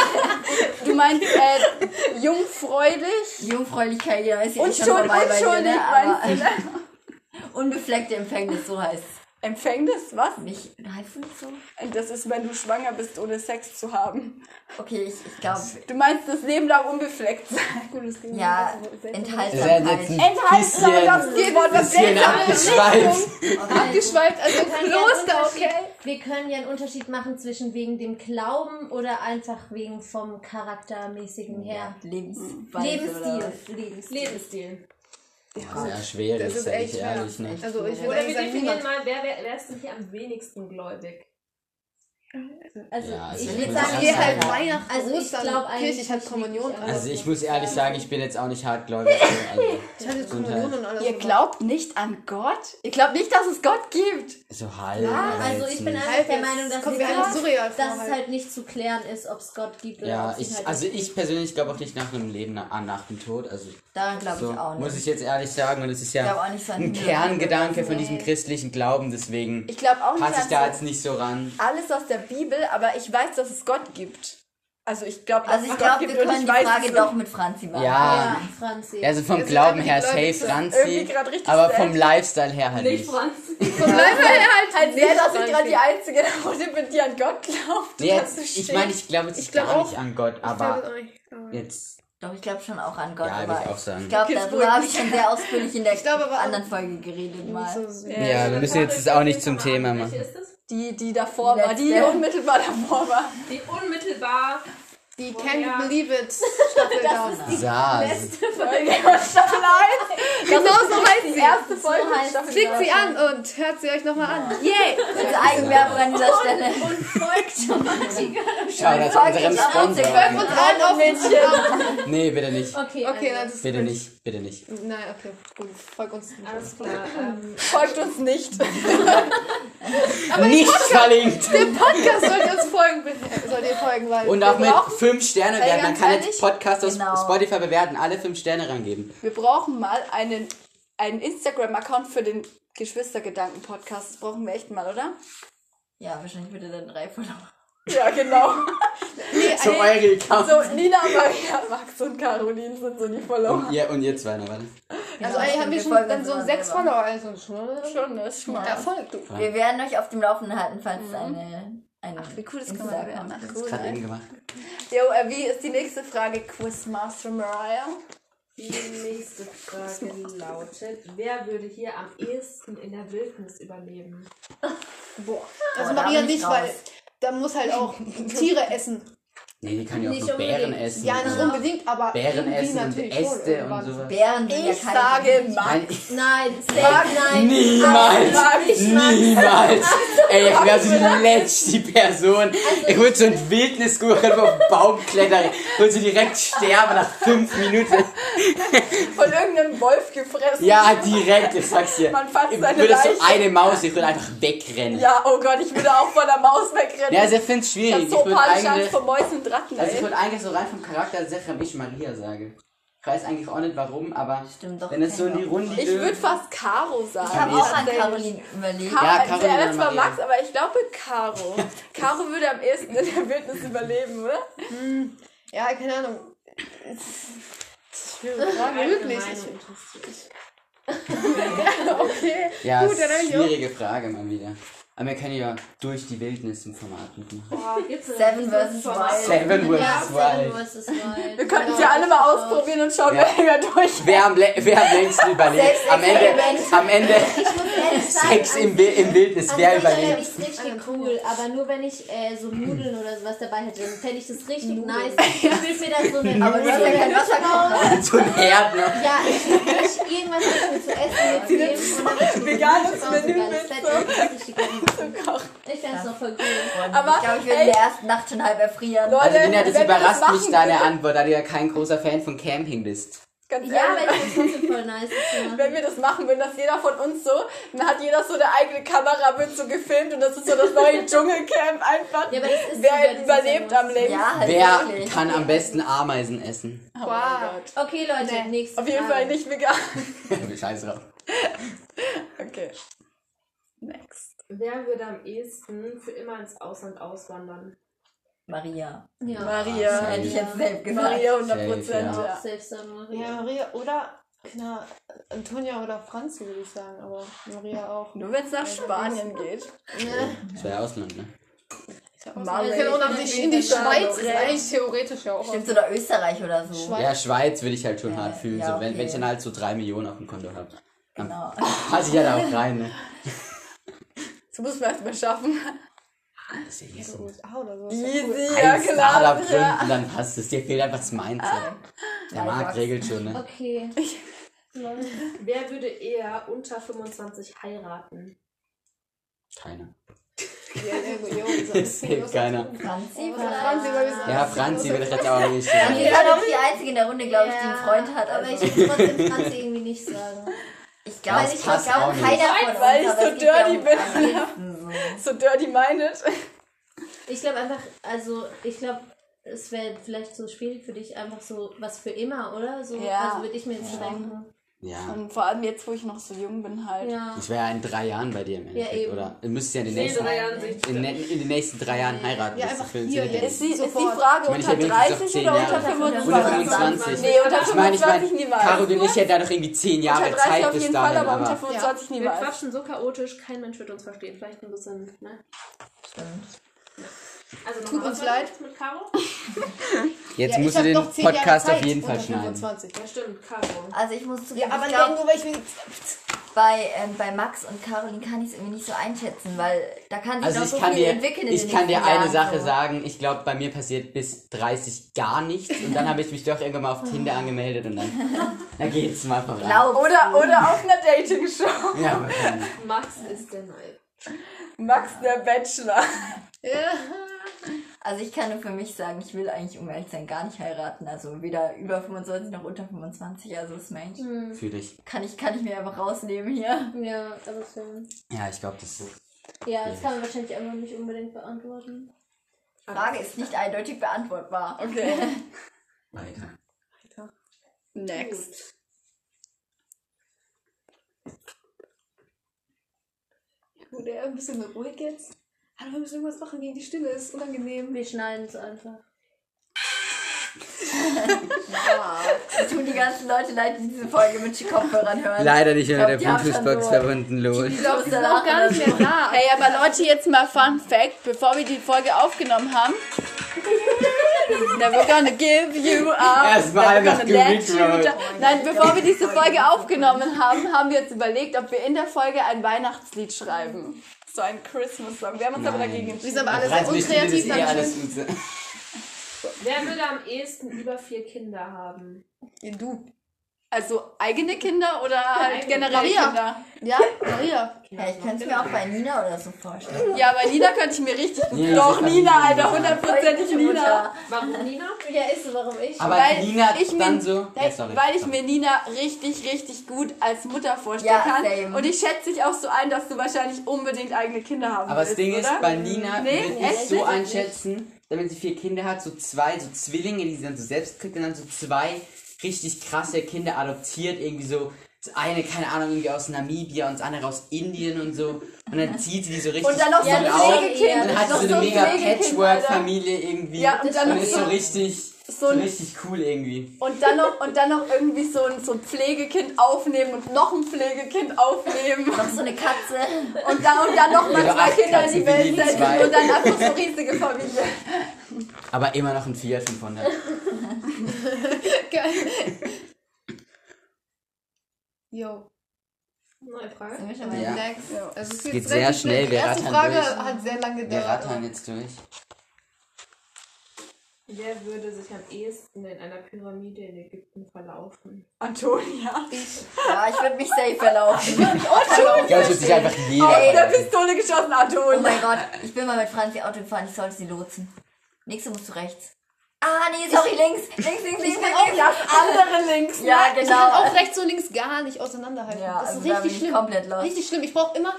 S1: du meinst, äh, jungfräulich,
S2: Jungfräulichkeit, ja, ist ja eh schon
S1: unschuld,
S2: vorbei bei dir,
S1: unschuldig,
S2: ne?
S1: meinst du,
S2: aber
S1: ne?
S2: unbefleckte Empfängnis, so heißt es.
S1: Empfängnis, was?
S2: Nicht, heißt es so?
S1: Das ist, wenn du schwanger bist, ohne Sex zu haben.
S2: Okay, ich, ich glaube,
S1: Du meinst das Leben lang unbefleckt sein.
S3: Also,
S2: ja,
S3: Das wäre
S2: Enthaltsamkeit.
S3: jetzt ein
S1: Enthalten, damit
S3: bisschen,
S1: das geht, was
S3: bisschen abgeschweift.
S5: Abgeschweift, also
S4: können ja einen
S5: Kloster,
S4: Unterschied-
S5: okay?
S4: Wir können ja einen Unterschied machen zwischen wegen dem Glauben oder einfach wegen vom charaktermäßigen her.
S2: Lebensweise.
S4: Lebensstil.
S2: oder
S4: Lebensstil.
S6: Lebensstil.
S3: Ja, schwer,
S5: Das
S3: das
S5: ist
S3: sage ich
S5: echt schwer.
S3: ehrlich ne? nicht.
S5: Also
S2: Oder
S5: ich würde
S6: Oder wir
S5: eigentlich sagen,
S6: definieren
S5: niemand.
S6: mal, wer, wer, wer ist denn hier am wenigsten gläubig?
S4: Also,
S3: Ja, also
S4: ich
S3: ich
S4: würde
S3: muss
S4: sagen,
S3: sagen,
S5: Wir
S4: wir
S5: halt Weihnachten,
S4: Also ich
S5: Ostern,
S4: glaub eigentlich
S5: Kirche, ich hatte
S4: nicht
S5: Kommunion.
S4: wirklich, aber-
S5: alles.
S3: Also ich muss ehrlich sagen, ich bin jetzt auch nicht hartgläubig. so, Also
S5: ich hatte
S3: Gesundheit.
S5: Kommunion und alles.
S1: Ihr glaubt nicht an Gott? Ihr glaubt nicht, dass es Gott gibt?
S3: so halb.
S4: Ja,
S3: aber
S4: also
S3: jetzt
S4: ich bin
S3: nicht.
S4: einfach der Meinung, dass,
S5: kommt
S4: wir
S5: mir alles
S4: halt-
S5: surreal vor,
S4: dass es
S5: halt.
S4: halt nicht zu klären ist, ob es Gott gibt oder
S3: Ja,
S4: ob's ihn
S3: ich,
S4: halt
S3: also
S4: nicht
S3: ich persönlich glaube auch nicht nach einem Leben, nach, nach dem Tod. Also
S2: Daran glaube
S3: so,
S2: ich auch nicht.
S3: muss ich jetzt ehrlich sagen. Und es ist ja
S2: glaube auch nicht so an
S3: ein
S2: die-
S3: Kerngedanke von diesem
S2: Nee.
S3: christlichen Glauben. Deswegen
S1: Ich glaube auch nicht also
S3: passe ich
S1: an
S3: da
S1: so
S3: jetzt nicht so ran.
S1: alles aus der Bibel, aber ich weiß, dass es Gott gibt. Also ich glaube, dass
S2: also
S1: es
S2: ich
S1: Gott
S2: glaube,
S1: gibt
S2: wir
S1: und
S2: können
S1: ich
S2: die
S1: weiß,
S2: Frage
S1: es
S2: doch mit Franzi beantworten.
S3: Ja.
S4: Ja, Franzi.
S3: Also vom
S5: Das sind
S3: Glauben
S5: einfach
S3: her
S5: die Leute,
S3: safe
S5: die so
S1: irgendwie
S3: Franzi,
S1: gerade richtig
S3: aber
S1: sad.
S3: vom Lifestyle her halt
S6: Nicht
S3: nicht.
S6: Franz.
S1: Vom Leib her halt, halt sehr,
S5: nicht
S1: dass ich gerade
S5: Franzi.
S1: die Einzige in der Runde bin, die an Gott glaubt.
S3: Nee,
S1: und
S3: jetzt,
S1: dazu
S3: ich
S1: steht.
S3: meine, ich glaube jetzt
S5: Ich glaub
S3: gar
S5: auch.
S3: nicht an Gott,
S5: Ich
S3: aber
S5: glaub, ähm, ich glaub-
S3: jetzt,
S2: Doch, ich glaube schon auch an Gott.
S3: Ja,
S2: aber
S3: würd ich auch sagen.
S2: Ich glaube,
S1: Kids
S2: darüber habe
S1: wohl
S2: ich schon sehr ausführlich in der
S5: glaub aber auch-
S2: anderen Folge geredet
S5: Nicht
S2: mal.
S5: so süß.
S3: ja, wir müssen jetzt das auch nicht zum Thema
S6: Welche
S3: machen.
S6: ist das?
S1: die, die davor
S2: Die
S1: war, die
S2: letzte.
S1: unmittelbar davor war.
S6: Die unmittelbar.
S5: Die Can
S6: Ja.
S5: You Believe It Staffel da.
S3: Saas.
S1: Folge von Staffel 1.
S5: Genau so heißt
S1: Die
S5: sie.
S1: erste Folge von
S4: heißt
S1: Staffel
S5: Klickt sie an und hört sie euch nochmal an.
S1: Yay!
S2: Jetzt Eigenwerbung an dieser Stelle.
S3: Schau das unserem
S2: Folgt uns
S3: Sponsor.
S2: an.
S3: an.
S5: Und allen auf Mädchen.
S3: Nee, bitte nicht.
S4: Okay, also,
S5: Okay, nein, das ist
S3: Bitte
S5: gut.
S3: nicht, bitte nicht.
S5: Nein, okay, gut. Folg uns nicht.
S6: Alles klar. Ähm,
S1: Folgt uns nicht.
S3: Nicht verlinkt!
S5: Dem Podcast sollt ihr uns folgen, bitte. Sollt ihr folgen, weil
S3: Und
S5: wir
S3: auch mit
S5: brauchen,
S3: 5 Sterne
S5: Weil
S3: werden. Man
S5: ganz
S3: kann
S5: ehrlich-
S3: jetzt Podcast aus
S2: Genau.
S3: Spotify bewerten, alle 5 Sterne rangeben.
S1: Wir brauchen mal einen, einen Instagram-Account für den Geschwistergedanken-Podcast. Das brauchen wir echt mal, oder?
S2: Ja, wahrscheinlich würde dann drei Follower.
S1: Ja, genau.
S3: So eure Accounts.
S1: So, Nina, Maria, Max und Caroline sind so die Follower.
S3: Und ihr, und ihr zwei noch, warte.
S5: Also
S2: Genau,
S5: eigentlich haben
S2: stimmt,
S5: wir schon
S2: folgen
S5: dann
S2: uns
S5: so
S2: immer
S5: sechs
S2: selber.
S5: Follower. Also schon
S1: Schon, das ist mal.
S5: Erfolg, du.
S2: Wir werden euch auf dem Laufenden halten, falls es eine, eine.
S1: Ach, wie cool das kann man
S2: Instagram-
S1: werden. Ach,
S3: Das
S1: cool.
S3: hat eben gemacht.
S1: Jo, äh, wie ist die nächste Frage? Quizmaster Mariah?
S6: die nächste Frage lautet: Wer würde hier am ehesten in der Wildnis überleben?
S5: Boah. Also
S2: Aber da
S5: Maria
S2: bin ich
S5: nicht, weil
S2: raus.
S5: da muss halt auch Tiere essen.
S3: Nee, die kann ja auch
S4: Nicht
S3: so Bären
S4: unbedingt.
S3: essen.
S5: Ja, nicht
S3: Also
S5: unbedingt, aber
S3: Bären
S5: irgendwie
S3: essen und
S5: natürlich schon
S3: Äste und
S5: irgendwann.
S3: sowas.
S2: Bären sind
S1: Ich
S2: ja keine
S1: sage
S3: Nein,
S1: Max.
S4: Nein, safe, nein.
S3: Niemals! Niemals! Ey, ich wäre so die letzte Person. Ich würde so ein Wildnisguru auf einen Baum klettern und so direkt sterben nach fünf Minuten.
S1: Von irgendeinem Wolf gefressen.
S3: Ja, direkt, ich sag's dir.
S1: Man fasst
S3: ich
S1: seine
S3: würde
S1: Leiche.
S3: so eine Maus, ich würde einfach wegrennen. Ja,
S1: Ja, oh Gott, ich würde auch von der Maus wegrennen.
S3: also ich finde es
S1: ich
S3: schwierig.
S1: hab
S3: Ich
S1: so
S3: würde
S1: panische Angst
S3: eigentlich,
S1: vor Mäusen und Ratten.
S3: also ich
S1: Ey.
S3: würd eigentlich so rein vom Charakter Sache, wie ich Maria sage. Ich weiß eigentlich auch nicht warum, aber
S2: Stimmt, doch,
S3: wenn es so in
S2: kenn
S3: die
S2: ich
S3: Runde
S1: Ich würde fast Caro sagen.
S2: Ich habe auch an
S1: Tatsächlich.
S2: Caroline überlegt.
S1: Ka
S3: Ja,
S1: ja,
S3: Caro
S1: Caro
S3: oder
S1: zwar
S3: Maria.
S1: Max, aber ich glaube Caro. Caro würde am ehesten in der Wildnis überleben, oder?
S5: Ja, keine Ahnung. Ja, wirklich. Ich, okay.
S3: Ja,
S5: Gut, dann hab ich auch-
S3: schwierige Frage mal wieder. Aber wir können ja durch die Wildnis im Format mitmachen.
S2: Seven versus Wild.
S3: Seven
S4: Ja,
S3: Worlds
S4: Seven
S3: Wild.
S4: versus Wild.
S1: Wir könnten es ja alle mal ausprobieren und schauen,
S3: Ja.
S1: wer durch.
S3: Wer am, lä- wer am längsten überlebt? Am Ende, am Ende
S4: Ich also muss ehrlich sagen,
S3: Sex im, Wi- im Wildnis. Wer überlebt?
S4: Ich fände halt richtig cool, aber nur wenn ich äh, so Nudeln oder sowas dabei hätte, dann fände ich das richtig nice. Ich würde mir da so eine.
S2: Aber du hast ja kein Wasserkocher.
S3: So ein Herd, ne?
S4: Ja, ich würde irgendwas mit zu essen mitnehmen und dann richtig
S1: Veganes
S4: so ein
S1: Menü
S4: geiles
S1: mit
S4: Fett.
S1: so-
S4: richtig gut. Ich fände es noch voll cool.
S1: Aber
S2: ich glaube, ich würde in
S1: ey,
S2: der ersten Nacht schon halb erfrieren.
S1: Leute,
S3: Also, Nina, das
S1: wenn wir
S3: überrascht
S1: machen
S3: mich deine
S1: würden-
S3: Antwort, da du ja kein großer Fan von Camping bist.
S1: Ganz
S4: Ja,
S1: ehrlich,
S4: aber ich finde es trotzdem voll nice. zu machen.
S1: wenn wir das machen würden, dass jeder von uns so, dann hat jeder so eine eigene Kamera, wird so gefilmt und das ist so das neue Dschungelcamp einfach.
S4: Ja, aber das ist so, weil
S1: wer
S4: das
S1: überlebt
S4: ist ja
S1: am
S4: was.
S1: längsten?
S2: ja, halt
S3: Wer
S2: wirklich.
S3: kann am besten Ameisen essen?
S1: Oh mein
S5: Wow.
S1: Gott.
S4: Okay, Leute, nächste
S1: Auf jeden Fall
S4: Frage.
S1: nicht vegan.
S3: Scheiß drauf.
S1: Okay. Next.
S6: Wer würde am ehesten für immer ins Ausland auswandern?
S2: Maria.
S4: Ja, halt
S1: Maria.
S2: Hätte ich jetzt selbst gesagt.
S1: Maria 100%.
S3: Safe,
S1: Ja.
S4: selbst sagen Maria.
S5: Ja, Maria oder na, Antonia oder Franzi würde ich sagen, aber Maria auch.
S1: Nur wenn es nach Spanien geht.
S3: Das wäre Ausland, ne?
S1: Mann,
S5: Wir können auch nach die, in die Schweiz, ist eigentlich theoretisch ja auch.
S2: Stimmt, oder Österreich oder so.
S5: Schweiz.
S3: Ja, Schweiz würde ich halt schon hart fühlen.
S2: ja,
S3: so, wenn, wenn ich
S2: okay.
S3: dann halt so drei Millionen auf dem Konto habe.
S2: Genau.
S3: Passe ich ja da auch rein, ne?
S1: Das muss man erstmal schaffen.
S3: Das ist ja eh easy.
S5: USA Ah, oder so.
S1: Easy, ja
S3: Ein
S1: klar.
S3: Startup gründen, dann passt es. Dir fehlt einfach das Mindset. Der Markt regelt schon, ne?
S4: Okay.
S6: Wer würde eher unter 25 heiraten?
S3: Keiner.
S5: Es
S3: Zählt keiner.
S2: Franzi?
S5: Franzi, weil wir so-
S3: Ja, Franzi will das jetzt auch nicht sagen.
S2: Franzi ist auch die einzige in der Runde, glaube ich, die
S7: Ja,
S2: einen Freund hat.
S7: Aber ich
S2: Also,
S7: würde trotzdem Franzi irgendwie nicht sagen.
S2: ich
S3: Ja,
S2: glaube,
S3: das
S2: ich glaube
S3: passt auch
S2: keiner
S3: nicht.
S2: von uns.
S1: Weil ich
S2: aber
S1: so
S2: es geht ja
S1: dirty
S2: um
S1: bin.
S2: am ehesten so.
S1: So dirty minded.
S4: Ich glaube einfach, also ich glaube, es wäre vielleicht so schwierig für dich einfach so was für immer, oder? So,
S1: Ja.
S4: Also würde ich mir jetzt denken.
S3: Ja.
S1: Und Ähm, vor allem jetzt, wo ich noch so jung bin halt.
S4: Ja.
S3: Ich wäre ja in drei Jahren bei dir im Endeffekt,
S4: eben.
S3: oder? Ihr müsst ja in den
S6: Nee,
S3: nächsten,
S6: drei Jahren sehe ich
S3: in, den- in den nächsten drei Jahren heiraten.
S5: Ja,
S3: Das
S5: einfach
S3: für uns
S5: hier,
S3: nicht
S5: jetzt.
S1: Ist die, ist die
S5: Sofort.
S1: Frage
S3: Ich meine, ich
S1: unter
S3: erwähne sie jetzt
S1: 30
S3: auf
S1: oder unter
S3: 10 Jahre.
S2: Unter
S1: 25?
S3: 25.
S1: Nee, unter
S3: Ich meine, ich
S1: 25
S3: meine,
S1: niemals.
S3: Caro und ich hätten da noch irgendwie zehn Jahre
S1: unter 30
S3: Zeit
S1: auf
S3: bis
S1: jeden Fall,
S3: dahin,
S1: aber unter
S3: aber
S1: 25
S6: Wir
S1: niemals.
S6: quatschen so chaotisch, kein Mensch wird uns verstehen. Vielleicht ein bisschen, ne?
S2: Stimmt.
S6: Also noch
S5: Tut
S6: mal,
S5: uns
S6: was war
S5: leid.
S6: jetzt mit Caro?
S3: jetzt
S5: Ja, ich
S3: musst du
S5: hab
S3: den
S5: noch zehn Jahre
S3: Podcast auf
S5: Zeit
S3: jeden Fall
S5: unter
S3: schneiden.
S5: 25.
S6: Ja, stimmt, Caro.
S2: Also ich muss zugeben,
S5: Ja, aber
S2: ich
S5: glaub,
S2: glaube,
S5: nur weil ich mir.
S2: bei, ähm, bei Max und Caroline kann ich es irgendwie nicht so einschätzen, weil da kann sich
S3: Also
S2: noch
S3: ich
S2: so
S3: kann
S2: viel
S3: dir,
S2: entwickeln in
S3: ich
S2: den
S3: kann dir
S2: nächsten
S3: eine
S2: Jahren,
S3: Sache
S2: so.
S3: sagen. Ich glaube, bei mir passiert bis 30 gar nichts. Und dann habe ich mich doch irgendwann mal auf Tinder angemeldet und dann, dann geht's mal voran.
S2: Glaubst
S1: Oder, oder auf einer Dating-Show.
S3: Ja, aber dann-
S6: Max ist der Neue.
S1: Max der Bachelor.
S2: Also ich kann nur für mich sagen, ich will eigentlich, um ehrlich zu sein, gar nicht heiraten. Also weder über 25 noch unter 25. Also das Mensch
S1: Hm.
S3: fühl ich.
S2: kann ich, kann ich mir einfach rausnehmen hier.
S4: Ja, aber so.
S3: Ja, ich glaube, das ist.
S4: Ja, das kann man wahrscheinlich einfach nicht unbedingt beantworten.
S2: Die Frage ist nicht eindeutig beantwortbar.
S1: Okay.
S3: Weiter.
S1: Next.
S5: Gut, er ein bisschen ruhig jetzt. Aber wir müssen irgendwas machen gegen die Stimme, ist unangenehm.
S4: Wir schneiden es einfach.
S2: Das tun die ganzen Leute leid, die diese Folge mit Kopfhörern hören.
S3: Leider nicht mehr
S2: glaub,
S3: mit
S2: die
S3: der
S2: haben schon
S3: Bluetooth-Box
S2: so-
S3: verbunden, lol.
S2: Ich glaube, es ist auch gar nicht mehr da.
S1: Hey, aber Leute, jetzt mal Fun Fact. Bevor wir die Folge aufgenommen haben. Never gonna give you up.
S3: Erstmal
S1: never
S3: nach
S1: gonna let you
S3: Gewinnung.
S1: down. Nein, bevor wir diese Folge aufgenommen haben, haben wir uns überlegt, ob wir in der Folge ein Weihnachtslied schreiben. So ein Christmas-Song. Wir haben uns aber
S3: Nein.
S1: dagegen
S5: Wir
S1: entschieden.
S5: sind aber alle sehr
S3: Franz, wir spielen das
S5: unkreativ.
S3: eh
S5: Dankeschön.
S3: alles Gute.
S6: Wer würde am ehesten über vier Kinder haben?
S5: Ja, du.
S1: Also eigene Kinder oder halt
S6: eigene.
S1: generell
S5: Maria.
S1: Kinder?
S5: Ja, Maria.
S2: Ja, ich kann es mir auch bei Nina oder so vorstellen.
S1: Ja, bei Nina könnte ich mir richtig gut.
S3: Nee,
S1: Doch,
S3: sicher.
S1: Nina, Alter, hundertprozentig Nina.
S6: Warum Nina?
S4: Ja, ist so, warum ich?
S3: Aber
S1: Weil
S3: Nina
S1: ich mir-
S3: dann so.
S1: Nein,
S3: Ja, sorry.
S1: weil ich mir Nina richtig, richtig gut als Mutter vorstellen
S2: Ja,
S1: kann.
S2: same.
S1: Und ich schätze dich auch so ein, dass du wahrscheinlich unbedingt eigene Kinder haben
S3: Aber
S1: willst,
S3: das Ding
S1: oder?
S3: ist, bei Nina
S1: Nee,
S3: würde
S1: echt
S3: ich so
S1: nicht.
S3: einschätzen, damit sie vier Kinder hat, so zwei, so Zwillinge, die sie dann so selbst kriegt und dann so zwei richtig krasse Kinder adoptiert, irgendwie so. Das eine, keine Ahnung, irgendwie aus Namibia und das andere aus Indien und so. Und dann zieht sie die so richtig
S1: Und dann noch so ein
S3: cool auf.
S1: Pflegekind.
S3: Und dann hat
S1: Noch
S3: sie so eine
S1: ein
S3: mega
S1: Pflegekind, Alter.
S3: Patchwork-Familie irgendwie.
S1: Ja, und dann
S3: und
S1: noch
S3: ist
S1: so-
S3: so richtig, so,
S1: ein-
S3: richtig cool irgendwie.
S1: Und dann noch, und dann noch irgendwie so ein, so ein Pflegekind aufnehmen und noch ein Pflegekind aufnehmen.
S2: Noch so eine Katze.
S1: Und dann, und dann noch mal
S3: Ja,
S1: zwei
S3: acht
S1: Kinder in die
S3: Katzen,
S1: Welt
S3: die
S1: setzen
S3: zwei.
S1: und dann einfach so riesige Familie.
S3: Aber immer noch ein Fiat 500.
S5: Yo.
S6: Neue Frage.
S2: Sind wir schon mal-
S3: Ja.
S5: Next. Also, es ist
S3: Geht
S5: jetzt
S3: sehr
S5: relativ
S3: schnell,
S5: Die
S3: wir
S5: erste
S3: rattern
S5: Frage
S3: durch.
S5: hat sehr lange
S3: Wir
S5: gedauert.
S3: rattern jetzt durch.
S6: Wer würde sich am ehesten in einer Pyramide in Ägypten verlaufen?
S1: Antonia.
S2: Ja, ich würde mich safe verlaufen.
S3: Ich glaube, es wird sich einfach jeder.
S1: Aus der
S3: verlassen.
S1: Pistole geschossen,
S2: Oh
S1: Antonia.
S2: mein Gott, ich bin mal mit Franzi Auto gefahren, ich sollte sie lotsen. Nächste musst du rechts. Ah, nee, sorry, links. Links, links, links, links.
S1: das andere links.
S2: Ja,
S1: ne?
S5: Ich kann
S2: genau.
S5: auch rechts und links gar nicht auseinanderhalten.
S2: Ja,
S5: das ist
S2: also da bin
S5: richtig
S2: ich
S5: schlimm.
S2: komplett lost.
S5: Richtig schlimm. Ich brauche immer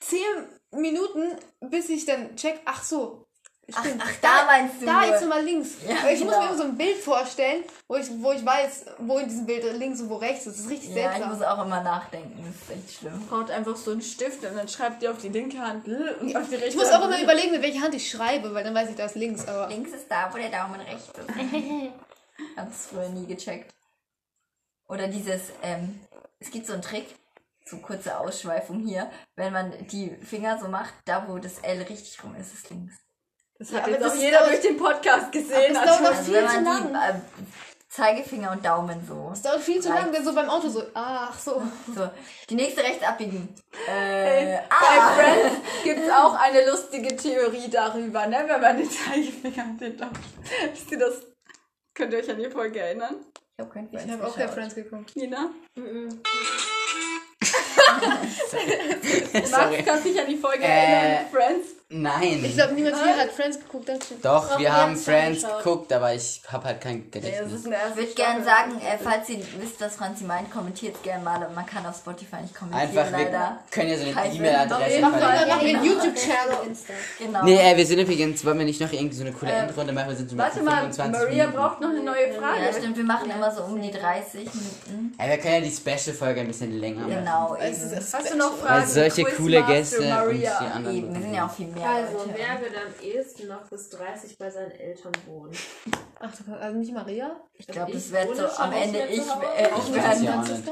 S5: zehn Minuten, bis ich dann check, ach so.
S2: Ach,
S5: stimmt.
S2: ach, da meinst du.
S5: Da jetzt nochmal links.
S2: Ja,
S5: Weil ich muss
S2: genau.
S5: mir immer so ein Bild vorstellen, wo ich, wo ich weiß, wo in diesem Bild links und wo rechts ist. Das ist richtig
S2: ja, ich
S5: seltsam.
S2: muss auch immer nachdenken. Das ist echt schlimm.
S1: Braucht einfach so einen Stift und dann schreibt ihr auf die linke Hand L und auf die rechte
S5: Ich muss auch
S1: Hand
S5: immer überlegen, mit welcher Hand ich schreibe, weil dann weiß ich, da ist links. Aber
S2: Links ist da, wo der Daumen rechts ist. Hab's früher nie gecheckt. Oder dieses, ähm, es gibt so einen Trick, so kurze Ausschweifung hier, wenn man die Finger so macht, da wo das L richtig rum ist, ist links.
S1: Das hat
S5: aber
S1: jetzt
S5: das
S1: auch
S5: ist,
S1: jeder
S5: glaub ich-
S1: durch den Podcast gesehen.
S5: das ist, glaub
S1: Antonia.
S5: ich,
S2: Also
S5: viel
S2: wenn
S5: zu
S2: man die ähm, Zeigefinger und Daumen so.
S5: es dauert viel zu lange, denn so beim Auto so, ach so.
S2: So, die nächste rechts abbiegen. Äh,
S1: Hey, Bei Friends gibt es auch eine lustige Theorie darüber, ne? wenn man den Zeigefinger und den Daumen. Wisst ihr das? Könnt ihr euch an die Folge erinnern?
S2: ich habe kein
S5: Ich
S2: Friends
S5: habe auch
S2: geschaut.
S5: kein Friends geguckt.
S1: Nina? Max
S3: Sorry.
S1: kann sich an die Folge
S3: Äh,
S1: erinnern, Friends.
S3: Nein.
S5: Ich glaube, niemand hier hat Friends geguckt. Das stimmt.
S3: Doch,
S4: Doch,
S3: wir
S4: wir
S3: haben
S4: haben's schon
S3: Friends
S4: geschaut.
S3: geguckt, aber ich habe halt kein
S1: Das
S3: Gedächtnis.
S1: ist eine
S2: Ich würde gerne sagen, äh, falls ihr wisst, dass Franzi meint, kommentiert gerne mal. aber Man kann auf Spotify nicht kommentieren,
S3: Einfach, wir
S2: leider.
S3: können ja so eine
S2: Kein
S3: E-Mail-Adresse
S1: Problem.
S3: verlinken.
S5: Dann machen wir einen
S7: Auf
S5: YouTube-Channel.
S7: Insta.
S2: Genau.
S3: Nee, ey, wir sind übrigens, wollen wir nicht noch irgendwie so eine coole Endrunde machen? Wir sind so
S1: Warte
S3: bei
S1: mal,
S3: 25
S1: Maria
S3: Minuten.
S1: braucht noch eine neue Frage.
S2: ja, stimmt, wir machen immer so um die 30 Minuten.
S3: Ey, wir können ja die Special-Folge ein bisschen länger machen.
S2: Genau,
S5: Es
S2: eben.
S5: ist
S1: Hast du noch Fragen?
S3: Weil solche
S1: Quiz
S3: coole
S1: machst du,
S3: Gäste und die
S1: Maria.
S3: anderen.
S2: Eben, wir sind ja auch viel mehr
S6: Also,
S2: Leute.
S6: wer würde am ehesten noch bis 30 bei seinen Eltern wohnen?
S5: Ach, du kannst- also nicht Maria?
S2: Ich glaube,
S6: Ich
S2: das wird so
S6: wohne schon
S2: am
S6: nicht
S2: Ende
S6: mehr zu
S2: ich,
S6: Hause.
S2: äh, ich
S3: Das ist ja
S2: werden.
S3: auch nicht.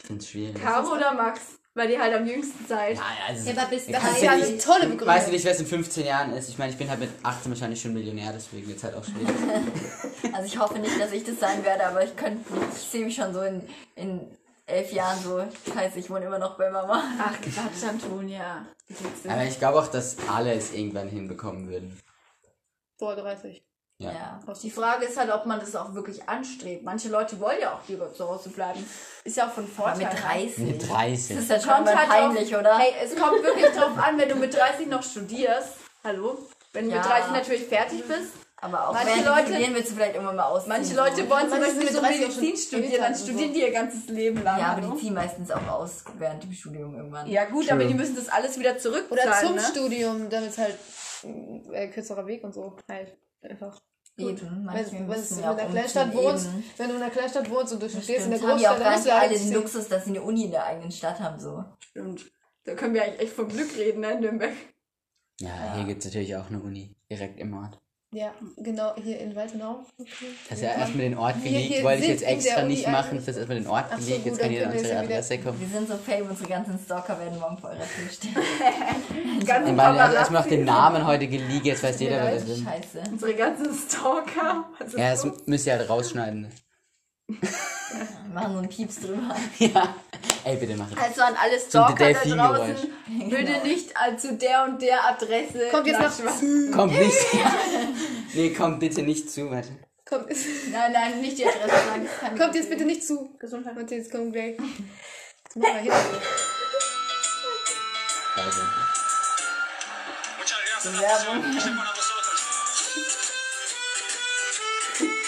S3: Ich find's schwierig.
S1: Caro oder Max? Weil die halt am jüngsten seid.
S3: Nein, also,
S4: Ja, aber bis
S3: wir
S5: Das ist
S3: kannst
S5: ja
S3: ja
S5: eine
S3: nicht-
S5: tolle
S3: Weißt du
S5: Begründung.
S3: nicht, wer es in 15 Jahren ist? Ich meine, ich bin halt mit 18 wahrscheinlich schon Millionär, deswegen wird's halt auch schwierig.
S2: Also ich hoffe nicht, dass ich das sein werde, aber ich könnte mich, ich sehe mich schon so in, in elf Jahren so, scheiße, ich wohne immer noch bei Mama.
S1: Ach, Quatsch, Antonia.
S3: Aber ich glaube auch, dass alle es irgendwann hinbekommen würden.
S5: Vor 30.
S3: Ja.
S2: Ja.
S1: Die Frage ist halt, ob man das auch wirklich anstrebt. Manche Leute wollen ja auch lieber zu Hause bleiben. Ist ja auch von
S2: Aber
S1: Vorteil.
S2: Mit 30.
S3: Mit
S2: Das
S3: 30.
S2: ist ja schon mal peineinlich,
S1: drauf,
S2: oder?
S1: halt Hey, es kommt wirklich drauf an, wenn du mit 30 noch studierst. Hallo? Wenn du mit
S2: Ja.
S1: 30 natürlich fertig bist.
S2: aber auch
S1: Manche
S2: wenn
S1: Leute-
S2: Leute studieren, willst du vielleicht irgendwann mal ausziehen.
S1: Manche Leute wollen zum
S5: Manche sind
S1: Beispiel
S5: mit
S1: so
S5: 30 auch
S1: Medizin
S5: schon
S1: studieren,
S5: älter
S1: dann
S5: und so.
S1: studieren die ihr ganzes Leben lang.
S2: Ja, aber die
S1: hallo?
S2: ziehen meistens auch aus während dem Studium irgendwann.
S1: ja gut, aber die müssen das alles wieder
S5: Oder
S1: zurückzahlen.
S5: zum
S1: ne?
S5: Studium, damit es halt mh, äh, kürzerer Weg und so halt einfach.
S2: eben.
S5: Wenn,
S2: Manchmal
S5: wenn
S2: Ah, müssen
S5: du in
S2: ja auch
S5: einer Kleinstadt
S2: umziehen,
S5: wohnst,
S2: eben.
S5: wenn du in einer Kleinstadt wohnst und du
S2: Stimmt,
S5: studierst in der
S2: haben die auch
S5: Großstadt,
S2: gar
S5: dann musst
S2: nicht
S5: du
S2: alle
S5: halt
S2: den
S5: ziehen.
S2: Luxus, dass sie eine Uni in der eigenen Stadt haben. So.
S1: Stimmt. Da können wir eigentlich echt vom Glück reden, ne, in Nürnberg.
S3: Ja, hier gibt's natürlich auch eine Uni. Direkt im Ort.
S5: Ja, genau, hier in Weidenau.
S3: Das ist ja erstmal den Ort
S5: Hier-
S3: gelegt,
S5: hier
S3: wollte ich
S5: sind
S3: jetzt
S5: in der
S3: extra
S5: Uni
S3: nicht machen.
S5: eigentlich-
S3: Das ist erstmal den Ort
S5: Ach so,
S3: gelegt,
S5: gut,
S3: jetzt kann
S5: dann
S3: jeder an
S5: können wir
S3: unsere
S5: jetzt ja
S3: Adresse kommen.
S2: Wir sind so fame, unsere ganzen Stalker werden morgen vor eurer Tür stehen.
S1: Ganz
S3: Wir waren also erstmal auf den Namen heute geleakt, jetzt weiß jeder, wer wir sind.
S2: Scheiße.
S1: Unsere ganzen Stalker. Was ist
S3: Ja, das
S1: so?
S3: müsst ihr halt rausschneiden.
S2: Wir machen so einen Pieps drüber.
S3: Ja. Ey, bitte mach das.
S1: Also an alle
S3: Zum
S1: Stalker da
S3: Delfingeräusch.
S1: draußen, bitte nicht an- zu der und der Adresse.
S5: Kommt jetzt
S1: Nein,
S5: noch-
S1: Spaß.
S3: Kommt nicht. nee, kommt bitte nicht zu, warte.
S5: Komm,
S1: Nein, nein, nicht die Adresse sagen. das kann ich
S5: kommt jetzt
S1: nicht.
S5: bitte nicht zu. Gesundheit. Matthias, komm gleich. Jetzt mach mal hin.
S3: Also.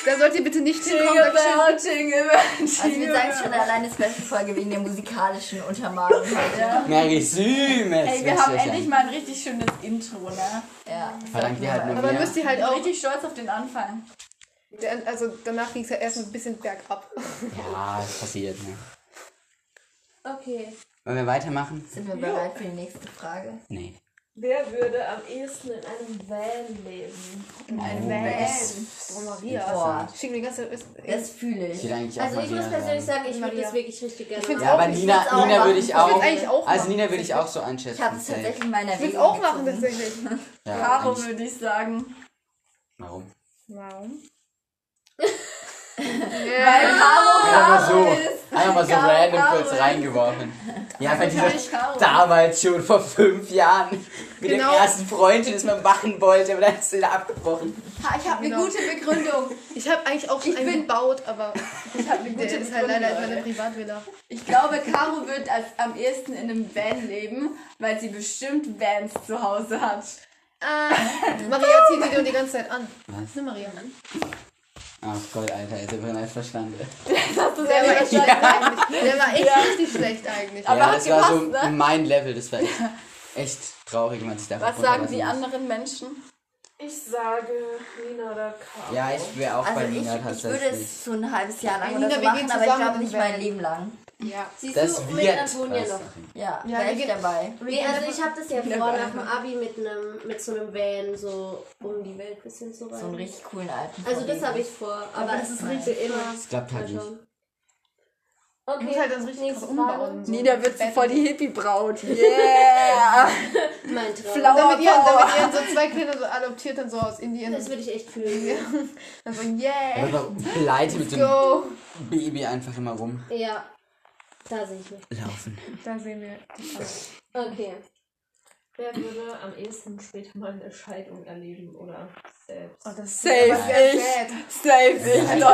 S5: Da sollt ihr bitte nicht
S1: Jingle
S5: hinkommen. Dankeschön.
S1: Bell, Jingle Bell,
S2: Also wir
S1: Jingle
S2: sagen
S1: Bell.
S2: schon alleine Special-Folge wegen der musikalischen Untermalung heute. Ja.
S3: Mary Sümes.
S1: Ey, wir haben endlich mal ein richtig schönes Intro, ne?
S3: Verdankt ihr halt nur
S5: Aber
S3: mehr.
S5: müsst ihr halt
S1: Ich bin
S5: auch.
S1: richtig stolz auf den Anfang.
S5: der- Also danach ging es ja erstmal ein bisschen bergab.
S3: Ja, das passiert, ne?
S4: Okay.
S3: Wollen wir weitermachen?
S2: Sind wir bereit für die nächste Frage?
S3: Nee.
S6: Wer würde am ehesten in einem Van leben?
S3: Ein
S5: Oh, Maria.
S2: Boah.
S5: Schicken wir die ganze. Ist,
S2: Das fühle
S3: Ich
S2: ich.
S3: will eigentlich auch
S4: Also
S3: mal
S4: ich
S3: Nina
S4: muss persönlich
S3: sagen.
S4: sagen, ich würde
S5: Maria.
S4: das wirklich richtig gerne
S5: find's
S4: machen.
S3: Ja, aber Nina,
S2: auch
S3: Nina
S2: machen.
S3: würde ich
S2: Ich
S5: würd's
S3: auch.
S5: eigentlich auch
S3: also
S5: machen,
S3: Nina würde ich auch so einschätzen.
S2: Ich habe es tatsächlich in meiner
S5: ich würde es
S2: Erwägung
S5: auch machen,
S2: gezogen.
S5: tatsächlich.
S3: Ja,
S1: Caro
S3: eigentlich.
S1: würde ich sagen.
S3: Warum?
S5: Warum?
S1: Weil Caro
S3: Einfach mal so,
S1: ist.
S3: einfach mal so
S1: Caro,
S3: random
S1: Caro
S3: kurz
S1: ist.
S3: reingeworfen. Ja, weil
S1: Caro
S3: dieser
S1: ist Caro.
S3: damals schon vor fünf Jahren mit
S5: Genau.
S3: dem ersten Freundchen, das man machen wollte, aber dann ist sie da abgebrochen.
S1: Ha, Ich habe eine
S5: Genau.
S1: gute Begründung.
S5: Ich habe eigentlich auch einen gebaut, aber
S1: Ich habe eine gute
S5: der ist halt
S1: Begründung.
S5: leider in meiner
S1: Leute.
S5: Privatvilla.
S1: Ich glaube, Caro wird als, am ehesten in einem Van leben, weil sie bestimmt Vans zu Hause hat.
S5: Äh, Maria zieht die doch die ganze Zeit an. Was? Ne, Maria.
S3: Ach Gott, Alter, jetzt habe ich nicht verstanden.
S1: Hast du
S5: Der war
S1: selber
S5: echt
S1: schon
S5: schlecht
S1: gesagt.
S5: eigentlich. Der war echt richtig schlecht eigentlich.
S1: Aber
S3: ja,
S1: hat
S3: das war so
S1: gepasst, ne?
S3: mein Level, das war echt, echt traurig, wenn man sich da Also,
S1: Was sagen die anderen Menschen?
S6: Ich sage Nina oder Caro.
S3: Ja, ich wäre auch
S2: Also
S3: bei
S2: ich,
S3: Nina
S2: ich
S3: tatsächlich.
S2: würde es so ein halbes Jahr lang
S5: Alina,
S2: oder so
S5: wir
S2: machen,
S5: gehen
S2: aber ich
S5: zusammen
S2: glaube
S5: in
S2: nicht
S5: den
S2: mein
S5: Van.
S2: Leben lang.
S4: Siehst
S3: das
S4: du, mit
S3: wird.
S4: Antonia
S3: was.
S4: noch.
S2: Ja,
S5: Ja,
S2: wäre
S5: wir
S2: ich
S5: gehen-
S2: dabei.
S4: Nee, also ich habe das ja vor,
S1: Never.
S4: nach dem Abi mit einem mit so einem Van so um die Welt ein bisschen zu reisen.
S2: So einen richtig coolen alten.
S4: also das
S2: VW.
S4: habe ich vor, aber
S2: das
S4: es
S2: ist
S4: ist richtig immer.
S3: Das klappt halt nicht.
S4: Okay,
S5: muss halt das richtig krass
S4: nächste
S5: umbauen. So.
S1: Nina wird so voll die Hippie-Braut. Yeah!
S4: Frage. Mein Traum.
S1: Flau-
S5: Damit ihr,
S1: Power.
S5: damit ihr so zwei Kinder so adoptiert dann so aus Indien.
S4: Das würde ich echt fühlen.
S5: Dann so, yeah.
S3: Aber pleite mit dem
S5: Go.
S3: Baby einfach immer
S4: Ja, da sehe ich mich.
S3: rumlaufen.
S5: Da sehen wir.
S4: Okay.
S6: Wer würde am ehesten später mal eine Scheidung erleben oder selbst?
S5: Oh, das
S1: Safe
S5: aber sehr
S1: ich.
S5: sad.
S1: Safe ich, Leute.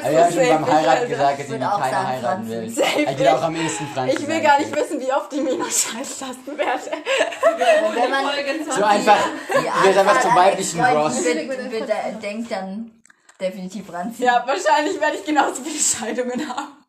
S3: Aber ja, Also, schon
S1: safe
S3: beim
S1: nicht,
S3: Heiraten
S1: Alter.
S3: gesagt, dass
S2: Ich
S3: ich
S2: würd
S3: keiner
S2: auch sagen,
S3: heiraten
S2: Franzen.
S3: will.
S1: Safe
S3: Ich will auch am ehesten Franz.
S1: Ich will gar nicht wissen, wie oft die mir noch scheiß lassen werde.
S2: Also Wenn man
S3: So einfach, du wirst einfach zum weiblichen Ross.
S2: Wird, wird, der- äh, denkt dann definitiv Franz.
S1: Ja, wahrscheinlich werde ich genauso viele Scheidungen haben.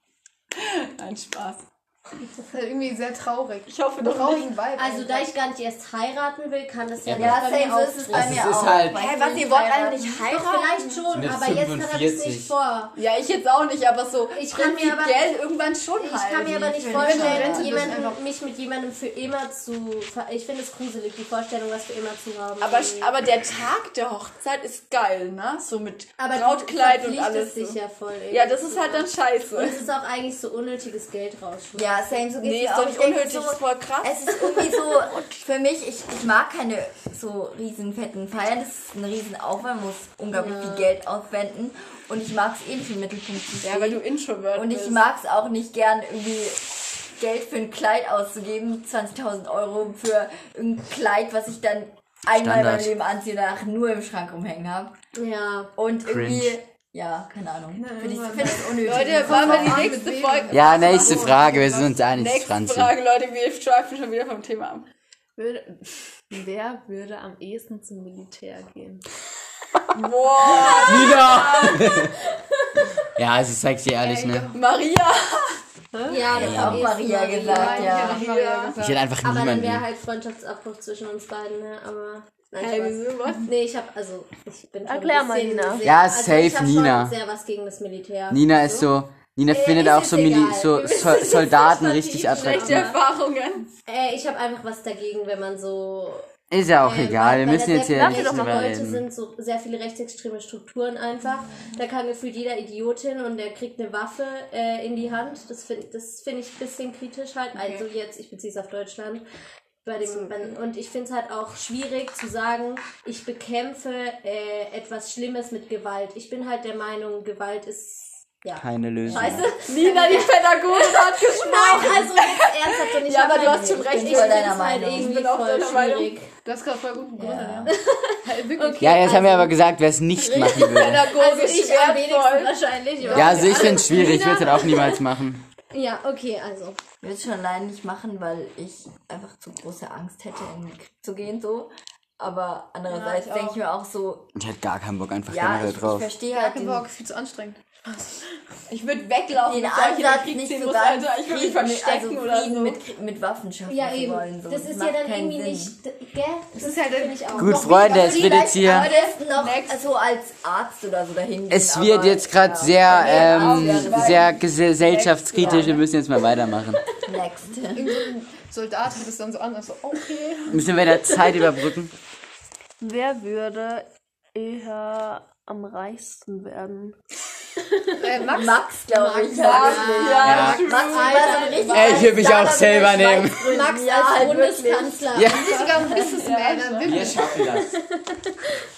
S1: Nein, Spaß.
S5: Das ist halt irgendwie sehr traurig.
S1: Ich hoffe doch nicht.
S5: Traurigen Vibe.
S4: Also da ich gar nicht erst heiraten will, kann das ja,
S3: Ja,
S2: Ja,
S4: nicht bei mir
S2: safe, so ist es
S4: auftreten.
S2: bei
S3: Es
S2: mir
S3: ist
S2: auch.
S3: halt-
S2: Weil
S1: Hä,
S2: ich
S1: was,
S2: will
S1: ihr wollt alle
S2: heiraten.
S1: nicht
S4: Doch,
S1: heiraten?
S4: vielleicht schon,
S3: Mit
S4: aber jetzt habe ich es
S3: 45.
S4: nicht vor.
S1: Ja, ich jetzt auch nicht, aber so
S4: Ich kann mir aber-
S1: prinzipiell irgendwann schon
S4: Ich
S1: halt.
S4: kann mir aber nicht
S2: Wenn du in Rente
S4: vorstellen,
S2: bist,
S4: jemanden, mich mit jemandem für immer zu. ver- Ich finde es gruselig, die Vorstellung, was für immer zu haben.
S1: aber,
S4: Irgendwie.
S1: aber der Tag der Hochzeit ist geil, ne? So mit
S4: aber du
S1: Brautkleid und
S4: verpflichtest
S1: alles.
S4: dich
S1: So.
S4: ja voll. irgendwie
S1: Ja, das ist
S4: zu
S1: halt dann
S4: machen.
S1: scheiße.
S4: Und es ist auch eigentlich so unnötiges Geld rausschmeißen.
S2: Ja, same, so geht's
S1: Nee,
S2: mir
S1: ist
S2: auch.
S1: doch
S2: Ich
S1: nicht
S2: denk
S1: unnötig,
S2: so,
S1: ist voll krass.
S2: Es ist irgendwie so, für mich, ich, ich mag keine so riesen fetten Feiern. Das ist ein riesen Aufwand, muss unglaublich viel Geld aufwenden. Und ich mag es eh nicht im Mittelpunkt zu stehen.
S1: Ja, weil du Introvert
S2: Und
S1: bist.
S2: ich mag es auch nicht gern, irgendwie Geld für ein Kleid auszugeben. 20.000 Euro für ein Kleid, was ich dann einmal in
S3: Standard.
S2: meinem Leben anziehe, danach nur im Schrank rumhängen habe.
S4: Ja.
S2: Und irgendwie,
S3: Cringe.
S2: ja, keine Ahnung. Finde ich,
S5: irgendwann-
S2: find ich unnötig.
S1: Leute, wollen wir die nächste Folge.
S3: Ja, nächste Frage, wir sind uns einig,
S1: Nächste
S3: Franz.
S1: Frage, Leute, wir schweifen schon wieder vom Thema ab.
S6: Würde, wer würde am ehesten zum Militär gehen?
S1: Boah,
S3: Wieder! ja, es ist sexy, ehrlich, ne?
S1: Maria.
S4: Ja, das
S2: auch
S4: am ehesten
S2: Maria
S4: mal
S2: gesagt,
S4: gesagt.
S2: ja.
S5: Ich habe ja
S3: Ich
S5: gesagt.
S3: hätte einfach
S4: Aber dann wäre
S3: niemanden.
S4: halt Freundschaftsabbruch zwischen uns beiden, ne? Aber. Nein,
S1: Hey,
S4: Spaß.
S1: wieso? Was?
S4: Nee, ich habe also ich bin schon
S6: Erklär
S4: ein
S6: mal,
S4: bisschen
S6: Nina.
S4: sehr- also,
S3: Ja,
S4: ich
S3: safe,
S4: hab
S3: Nina.
S4: Schon sehr was gegen das Militär.
S3: Nina ist so, Nina
S4: Äh,
S3: findet
S4: ist
S3: auch so,
S4: jetzt
S3: Mili
S4: egal.
S3: so
S4: Wir
S3: Sol
S4: wissen,
S3: Soldaten
S4: dass
S3: richtig
S4: das die
S1: Schlechte
S3: attraktiv.
S4: Idee
S1: Erfahrungen.
S4: Äh, ich habe einfach was dagegen, wenn man so
S3: Ist ja auch
S4: Ähm,
S3: egal, wir
S4: weil- weil
S3: müssen
S4: da
S3: jetzt
S4: sehr
S3: hier
S4: viele
S3: nicht
S4: rechte
S3: drüber
S4: Leute
S3: reden.
S4: sind so sehr viele rechtsextreme Strukturen einfach. Da kann gefühlt jeder Idiotin und der kriegt eine Waffe äh, in die Hand. Das finde das find ich ein bisschen kritisch halt. Also jetzt, ich beziehe es auf Deutschland. Bei dem, bei- Und ich finde es halt auch schwierig zu sagen, ich bekämpfe äh, etwas Schlimmes mit Gewalt. Ich bin halt der Meinung, Gewalt ist ja
S3: Keine Lösung.
S4: scheiße.
S1: Nina, die Pädagogin, hat gesprochen.
S4: Nein, also jetzt ernsthaft und ich
S1: Ja,
S4: hab
S1: aber du
S4: halt-
S1: hast schon
S4: ich
S1: recht,
S4: bin
S1: ich
S4: voll
S2: bin
S4: deiner
S2: halt
S4: Meinung.
S1: irgendwie
S4: Ich bin
S1: voll
S4: auch deiner
S1: schwierig.
S4: Meinung.
S5: Du hast gerade voll guten Grund. Ja.
S2: Ja.
S5: Halt wirklich.
S3: Ja, jetzt haben wir
S4: also-
S3: aber gesagt, wer es nicht machen würde.
S1: Pädagogisch
S4: Also ich am wenigsten
S1: wertvoll.
S4: wahrscheinlich.
S3: Ja, also ich finde es schwierig, ich würde es halt auch niemals machen.
S4: Ja, okay, also.
S2: Ich würde es schon allein nicht machen, weil ich einfach zu große Angst hätte, in den Krieg zu gehen, so. Aber andererseits denke ich mir auch so,
S3: Ich hätte gar keinen Bock einfach
S2: ja,
S3: generell
S2: ich, ich
S3: drauf.
S2: verstehe
S5: Gar
S2: halt
S5: keinen
S2: den,
S5: Bock, viel zu anstrengend.
S1: Ich würde weglaufen,
S2: den
S1: bevor ich in den
S2: Ansatz
S1: Krieg
S2: nicht
S1: ziehen
S2: so
S1: muss,
S2: ganz
S1: Alter. Ich würde mich
S2: Frieden mit, also
S1: verstecken oder
S2: Frieden
S1: so.
S2: mit, mit Waffen schaffen
S4: Ja,
S2: zu
S4: eben.
S2: wollen. So.
S4: Das ist ja
S2: macht
S4: dann
S2: keinen
S4: irgendwie
S2: Sinn.
S4: nicht. Gell? Das
S5: ist halt
S4: finde ich auch.
S3: Gut, Freunde, es wird jetzt
S2: Aber
S3: hier.
S2: das noch
S1: Next.
S2: so als Arzt oder so dahin.
S3: Es
S2: gehen,
S3: wird
S2: aber,
S3: jetzt gerade
S2: ja.
S3: sehr, ähm,
S2: Ja, das war-
S3: sehr gesellschaftskritisch. Wir müssen jetzt mal weitermachen.
S2: Next.
S5: Irgendein Soldat hat es dann so an. und so, okay.
S3: Müssen wir da Zeit überbrücken?
S6: Wer würde eher am reichsten werden?
S5: Äh, Max,
S2: Max, glaube ich.
S1: Ja,
S2: Max,
S1: ja,
S2: Max war so ein richtig
S3: Ey, ich würd mich
S2: starker
S3: auch selber
S2: Mensch,
S3: nehmen.
S2: Schweiz-
S4: Max
S2: Ja,
S4: als
S2: halt
S4: Bundeskanzler.
S3: Ja.
S5: ist sogar ein Businessman. dann
S3: Wir
S5: wirklich.
S3: schaffen das.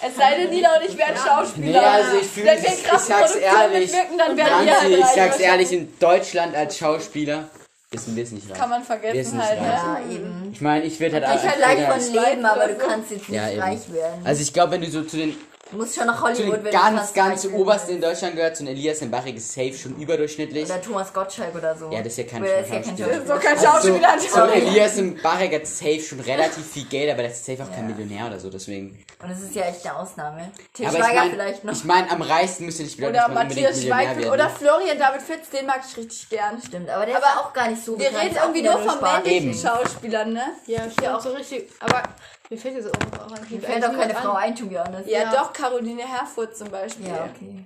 S1: Es sei denn, Nina und ich wären Schauspieler.
S3: Nee, also ich fühle
S1: Wenn
S3: mich,
S1: wir
S3: ich
S1: krasse
S3: sag's
S1: Produktionen
S3: ehrlich.
S1: mitwirken, dann wären wir
S3: Franzi,
S1: halt
S3: ich
S1: reich.
S3: sag's ehrlich, in Deutschland als Schauspieler wissen wir es nicht rein.
S1: Kann man
S3: Wir sind
S1: vergessen
S3: nicht
S1: halt,
S3: reich.
S1: ne?
S2: Ja, eben.
S3: Ich meine, ich werde halt
S2: Ich halt leicht
S3: als-
S2: von Leben, aber du
S1: Schweiz-
S2: kannst jetzt nicht
S3: Ja, eben.
S2: reich werden.
S3: Also ich glaube, wenn du so zu den,
S2: du musst schon nach
S3: zu
S2: Hollywood,
S3: den
S2: wenn du
S3: ganz,
S2: fast
S3: ganz
S2: reich werden
S3: obersten in
S2: willst.
S3: Deutschland gehört, zu den Elias Mbarek ist safe schon überdurchschnittlich.
S2: Oder Thomas Gottschalk oder so.
S3: Ja, das ist ja kein
S2: Oder das ist ja kein
S3: Schauspieler.
S1: So
S2: Schauspieler.
S1: kein
S3: So,
S1: Schauspieler.
S3: so Elias Mbarek hat safe schon relativ viel Geld, aber das ist safe auch kein Millionär oder so, deswegen.
S2: Und das ist ja echt eine Ausnahme. Til
S3: Aber ich
S2: Schweiger
S3: meine,
S2: vielleicht noch.
S3: ich mein, am reichsten müsste ich
S1: Oder
S3: man unbedingt
S1: Matthias
S3: Millionär
S1: Schweighöfer
S3: werden.
S1: oder Florian David Fitz, den mag ich richtig gern.
S2: Stimmt, aber der
S1: Aber
S2: ist auch gar nicht so
S1: Wir
S2: bekannt,
S1: reden
S2: ist auch
S1: irgendwie
S2: wieder
S1: nur von
S2: Spaß.
S1: männlichen
S3: Eben.
S1: Schauspielern, ne?
S5: Ja, stimmt, auch so richtig. Aber mir fällt jetzt auch, auch ein
S2: Mir fällt auch keine Frau ein, to be honest.
S1: Ja, doch, Caroline Herfurth zum Beispiel.
S2: Ja, okay.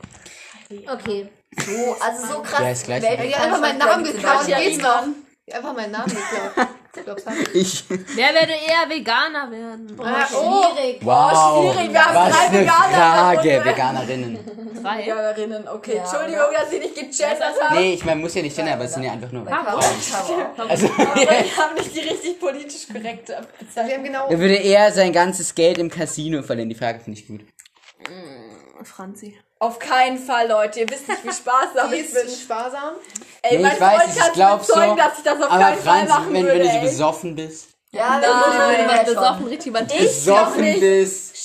S4: Okay.
S2: So, also so krass.
S3: Ja, ist gleich.
S2: weltbekannt
S5: Die hat einfach meinen Namen
S2: sind wir
S5: geklaut.
S2: nicht.
S1: Ja,
S5: Geht's
S1: Ivan.
S5: noch? Die hat einfach meinen Namen geklaut. Ich glaub's halt nicht.
S3: Ich.
S6: Wer würde eher Veganer werden?
S1: Ah, oh,
S4: Schwierig.
S3: Wow.
S1: schwierig, wir haben
S3: Was
S1: drei
S3: eine
S1: Veganer
S3: Frage,
S1: gefunden.
S3: Veganerinnen.
S6: Drei.
S1: Veganerinnen, okay.
S2: Ja,
S1: Entschuldigung, dass ich nicht gegendert habe.
S3: Nee, ich meine, muss ja nicht finden, aber es sind ja einfach nur.
S2: Bei Caro Caro.
S3: Also,
S1: Aber wir haben nicht die richtig politisch korrekte
S5: Wir
S1: Bezeichnung.
S5: haben genau.
S3: er würde eher sein ganzes Geld im Casino verlieren. Die Frage finde ich gut.
S6: Franzi.
S1: Auf keinen Fall, Leute. Ihr wisst nicht, wie sparsam
S5: Die
S1: ich bin.
S5: ist sparsam.
S1: Ey,
S3: Nee,
S1: mein
S3: ich weiß,
S1: Freund
S3: ich
S1: kann
S3: glaub so.
S1: bezeugen, dass ich das auf
S3: aber
S1: keinen Fall
S3: Franz,
S1: machen
S3: wenn,
S1: würde.
S3: wenn du so
S1: ey.
S3: besoffen bist,
S2: Ja,
S4: Nein.
S2: das würde
S4: Nein.
S2: man ja
S1: besoffen,
S2: schon.
S1: richtig über
S3: Besoffen bist.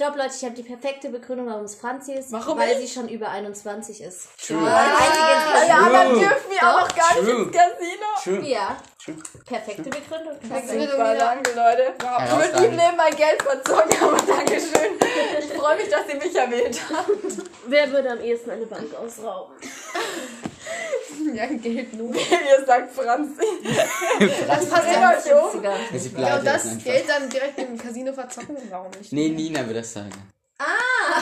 S4: Stopp, Leute, ich habe die perfekte Begründung, warum es Franzi ist.
S1: Warum
S4: Weil sie schon über 21 ist.
S3: True.
S1: Alle anderen dürfen ja auch noch gar nicht
S3: True.
S1: ins Casino.
S3: True.
S4: Ja,
S3: True.
S4: perfekte Begründung.
S1: Super, danke, Leute. Ich würde
S3: Herausragend.
S1: lieben Leben mein Geld verzogen, aber danke schön. Ich freue mich, dass ihr mich erwähnt habt.
S4: Wer würde am ehesten eine Bank ausrauben?
S5: Ja, Geld nur.
S1: Ihr sagt Franzi.
S5: Das passt
S1: Dreht
S5: ja.
S1: euch um.
S2: Sogar.
S3: Ja, Sie
S5: Ja,
S3: bleibt
S5: und
S3: jetzt
S5: das
S3: einfach.
S5: Geld dann direkt im Casino verzocken? Warum nicht?
S3: Nee, Nina würde das sagen.
S1: Ah.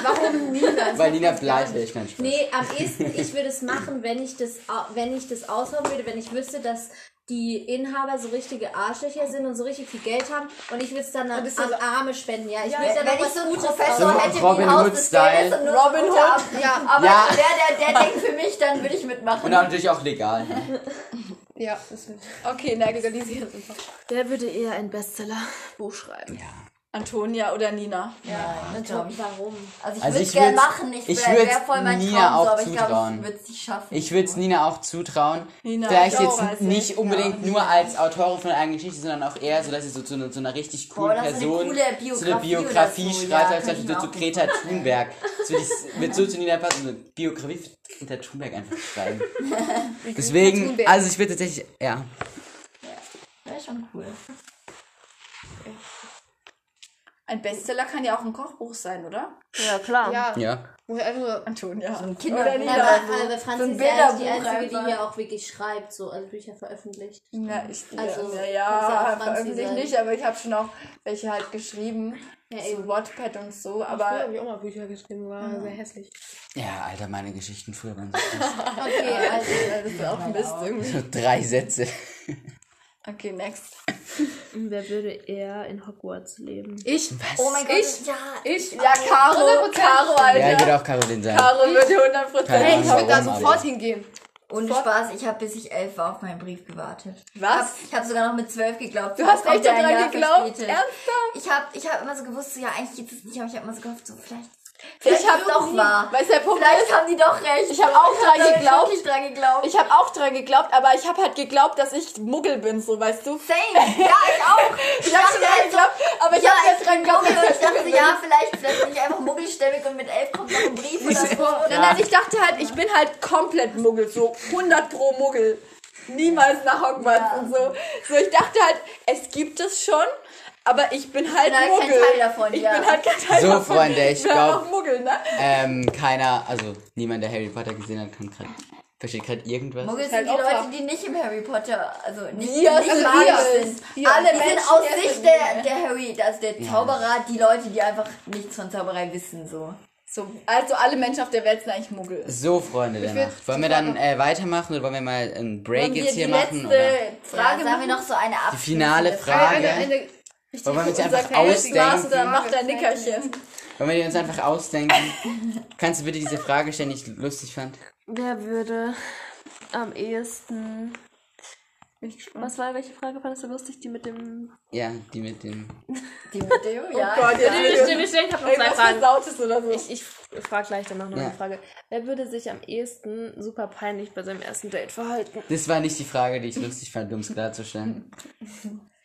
S5: Warum Nina?
S3: Weil Nina bleibt ich kein Spaß.
S4: Nee, am ehesten, ich würde es machen, wenn ich das, au- wenn ich das ausrauben würde, wenn ich wüsste, dass die Inhaber so richtige Arschlöcher sind und so richtig viel Geld haben und ich würde es dann an,
S5: das ist
S4: an
S5: also-
S4: Arme spenden. Ja, ich würde dann
S2: Wenn
S4: noch
S2: ich
S4: was
S2: so einen
S4: Gutes
S2: Professor
S3: So
S2: hätte wie
S3: Robin
S2: ein Haus
S3: Hood
S2: des
S3: Style.
S2: Geldes und nur
S1: Robin
S2: Robin
S1: Hood.
S2: Hood. Ja, aber
S3: Ja.
S2: der, der, der denkt für mich, dann würde ich
S3: Und
S2: mitmachen.
S3: dann natürlich auch legal. ne?
S5: Ja, das wird.
S1: Okay, na, legalisieren einfach.
S4: Wer würde eher ein Bestseller-Buch schreiben?
S1: Antonia oder Nina?
S2: Ja, das glaub ich.
S4: Warum?
S2: Also ich
S3: Also
S2: würde
S3: ich
S2: es gerne
S3: würd's-
S2: machen. Ich,
S3: ich
S2: wär-
S3: würd's
S2: wär voll mein
S3: mir
S2: Traum,
S3: auch
S2: so, aber ich glaube,
S3: zutrauen.
S2: ich würde es nicht schaffen. Oh
S3: Ich würde es Nina auch zutrauen.
S1: Nina,
S3: Vielleicht
S1: ich
S3: jetzt
S1: auch,
S2: also
S1: weiß
S3: nicht unbedingt nur als Autorin von einer eigenen Geschichte, sondern auch eher so, dass sie so zu einer, zu einer richtig
S2: Boah,
S3: coolen
S2: das ist eine
S3: Person
S2: coole
S3: so eine
S2: Biografie oder
S3: Biografie
S2: so,
S3: schreibt,
S2: ja,
S3: als
S2: kann
S3: zum
S2: ich
S3: Beispiel
S2: mir
S3: zu
S2: auch
S3: Greta Thunberg. So, die, wird so zu Nina passen, so eine Biografie von Greta Thunberg einfach schreiben. Deswegen,
S5: Thunberg.
S3: also ich würde tatsächlich, ja.
S2: Wäre schon cool.
S1: Ein Bestseller kann ja auch ein Kochbuch sein, oder?
S4: Ja, klar.
S5: Ja,
S3: Ja.
S5: wo ich einfach nur.
S1: Antonia.
S2: So ein
S1: oder
S2: Kinderbuch.
S1: Nina.
S4: Aber, aber Franzi
S2: ein
S4: ist ja eigentlich die
S2: Bilderbuch
S4: Einzige, die
S2: einfach.
S4: hier auch wirklich schreibt, so, also Bücher veröffentlicht.
S1: Na, ich, ja,
S4: Also, kannst ja
S1: ja,
S4: auch Franzi
S1: veröffentlicht
S4: sein.
S1: nicht, aber ich habe schon auch welche halt geschrieben.
S4: Ja,
S1: so
S4: eben.
S1: Wattpad und so,
S5: Früher
S1: aber
S5: hab ich auch mal Bücher geschrieben, war sehr hässlich.
S3: Ja, Alter, meine Geschichten früher waren so,
S4: Okay, also,
S1: das ist auch Mist irgendwie.
S3: so drei Sätze.
S1: genau. Okay, next.
S8: Wer würde eher in Hogwarts leben?
S5: Ich?
S2: Oh mein Gott,
S5: Ich?
S2: ja.
S5: Ich?
S1: Ja, Caro,
S5: 100%.
S1: Caro,
S3: Ja, ich
S1: Alter.
S3: würde auch Caroline sagen.
S1: Caro würde 100%
S3: Keine
S5: Hey, ich
S3: Ahnung,
S5: würde da
S3: warum,
S5: sofort
S3: aber-
S5: hingehen.
S2: Ohne Spaß, ich habe bis ich elf war auf meinen Brief gewartet.
S1: Was?
S2: Ich habe sogar noch mit zwölf geglaubt.
S1: Du hast
S2: kommt
S1: echt
S2: ja ein Jahr
S1: daran geglaubt?
S2: verspätet.
S1: Ernsthaft?
S2: Ich habe ich hab immer so gewusst, so, ja, eigentlich geht es nicht, aber ich habe immer so gehofft, so vielleicht.
S1: Ich habe
S2: ist es doch wahr.
S1: Weißt du, der Punkt
S2: Vielleicht
S1: ist,
S2: haben die doch recht.
S1: ich habe auch
S2: Ich
S1: dran
S2: hab
S1: geglaubt.
S2: wirklich dran geglaubt.
S1: Ich habe auch dran geglaubt, aber ich habe halt geglaubt, dass ich Muggel bin, so weißt du.
S2: Also, Same. Ja, ich auch.
S1: Ich habe schon dran geglaubt, aber ich
S2: Ja,
S1: habe jetzt
S2: ich
S1: dran geglaubt,
S2: Muggel
S1: dass
S2: und
S1: ich
S2: ich dachte, so, ja, vielleicht, vielleicht bin ich einfach muggelstämmig und mit elf kommt noch ein Brief oder so. Und
S1: Nein, nein, ich dachte halt, ich bin halt komplett Muggel, so 100 pro Muggel. Niemals nach Hogwarts
S2: Ja.
S1: und so. So, ich dachte halt, es gibt es schon, aber ich bin halt
S2: bin halt kein
S1: Muggel.
S2: Teil davon,
S1: ich
S2: ja.
S1: bin halt kein Teil
S3: So,
S1: davon.
S3: Freunde, ich
S1: bin halt
S3: glaub-
S1: auch Muggel, ne?
S3: Ähm, keiner, also niemand, der Harry Potter gesehen hat, kann grad, versteht gerade irgendwas.
S2: Muggel
S1: Halt
S2: sind die
S1: Opfer.
S2: Leute, die nicht im Harry Potter, also nicht,
S1: Wir
S2: nicht
S1: sind
S2: magisch
S1: wir.
S2: sind.
S1: Wir
S2: Alle die
S1: Menschen
S2: sind aus
S1: essen
S2: Sicht
S1: wir.
S2: der, der Harry, also der Zauberer, die Leute, die einfach nichts von Zauberei wissen, so.
S1: So, also alle Menschen auf der Welt sind eigentlich Muggel.
S3: So, Freunde der
S5: würd
S3: Nacht. Wollen wir dann äh, weitermachen oder wollen wir mal einen Break
S1: Wollen wir
S3: jetzt hier
S1: die
S3: machen?
S1: letzte
S3: Oder?
S1: Frage
S2: ja, sagen wir noch so eine Ab.
S3: Die finale
S5: Eine,
S3: Frage.
S5: eine, eine
S3: Wollen wir uns
S1: Unser
S3: einfach
S1: kleines Glas und dann
S3: ausdenken?
S1: macht er ein Nickerchen.
S3: Wollen wir die uns einfach ausdenken? Kannst du bitte diese Frage stellen, die ich lustig fand?
S8: Wer würde am ehesten. Was war, welche Frage fandest du lustig? Die mit dem.
S3: Ja, die mit dem.
S2: die mit dem, ja.
S1: Oh Gott, jetzt
S8: Ich stimme, ich stimme, ich habe noch zwei
S1: irgendwas
S8: Fragen.
S1: Versautes oder so.
S8: Ich, ich frage gleich danach noch
S3: Ja.
S8: eine Frage. Wer würde sich am ehesten super peinlich bei seinem ersten Date verhalten?
S3: Das war nicht die Frage, die ich lustig fand, um es klarzustellen.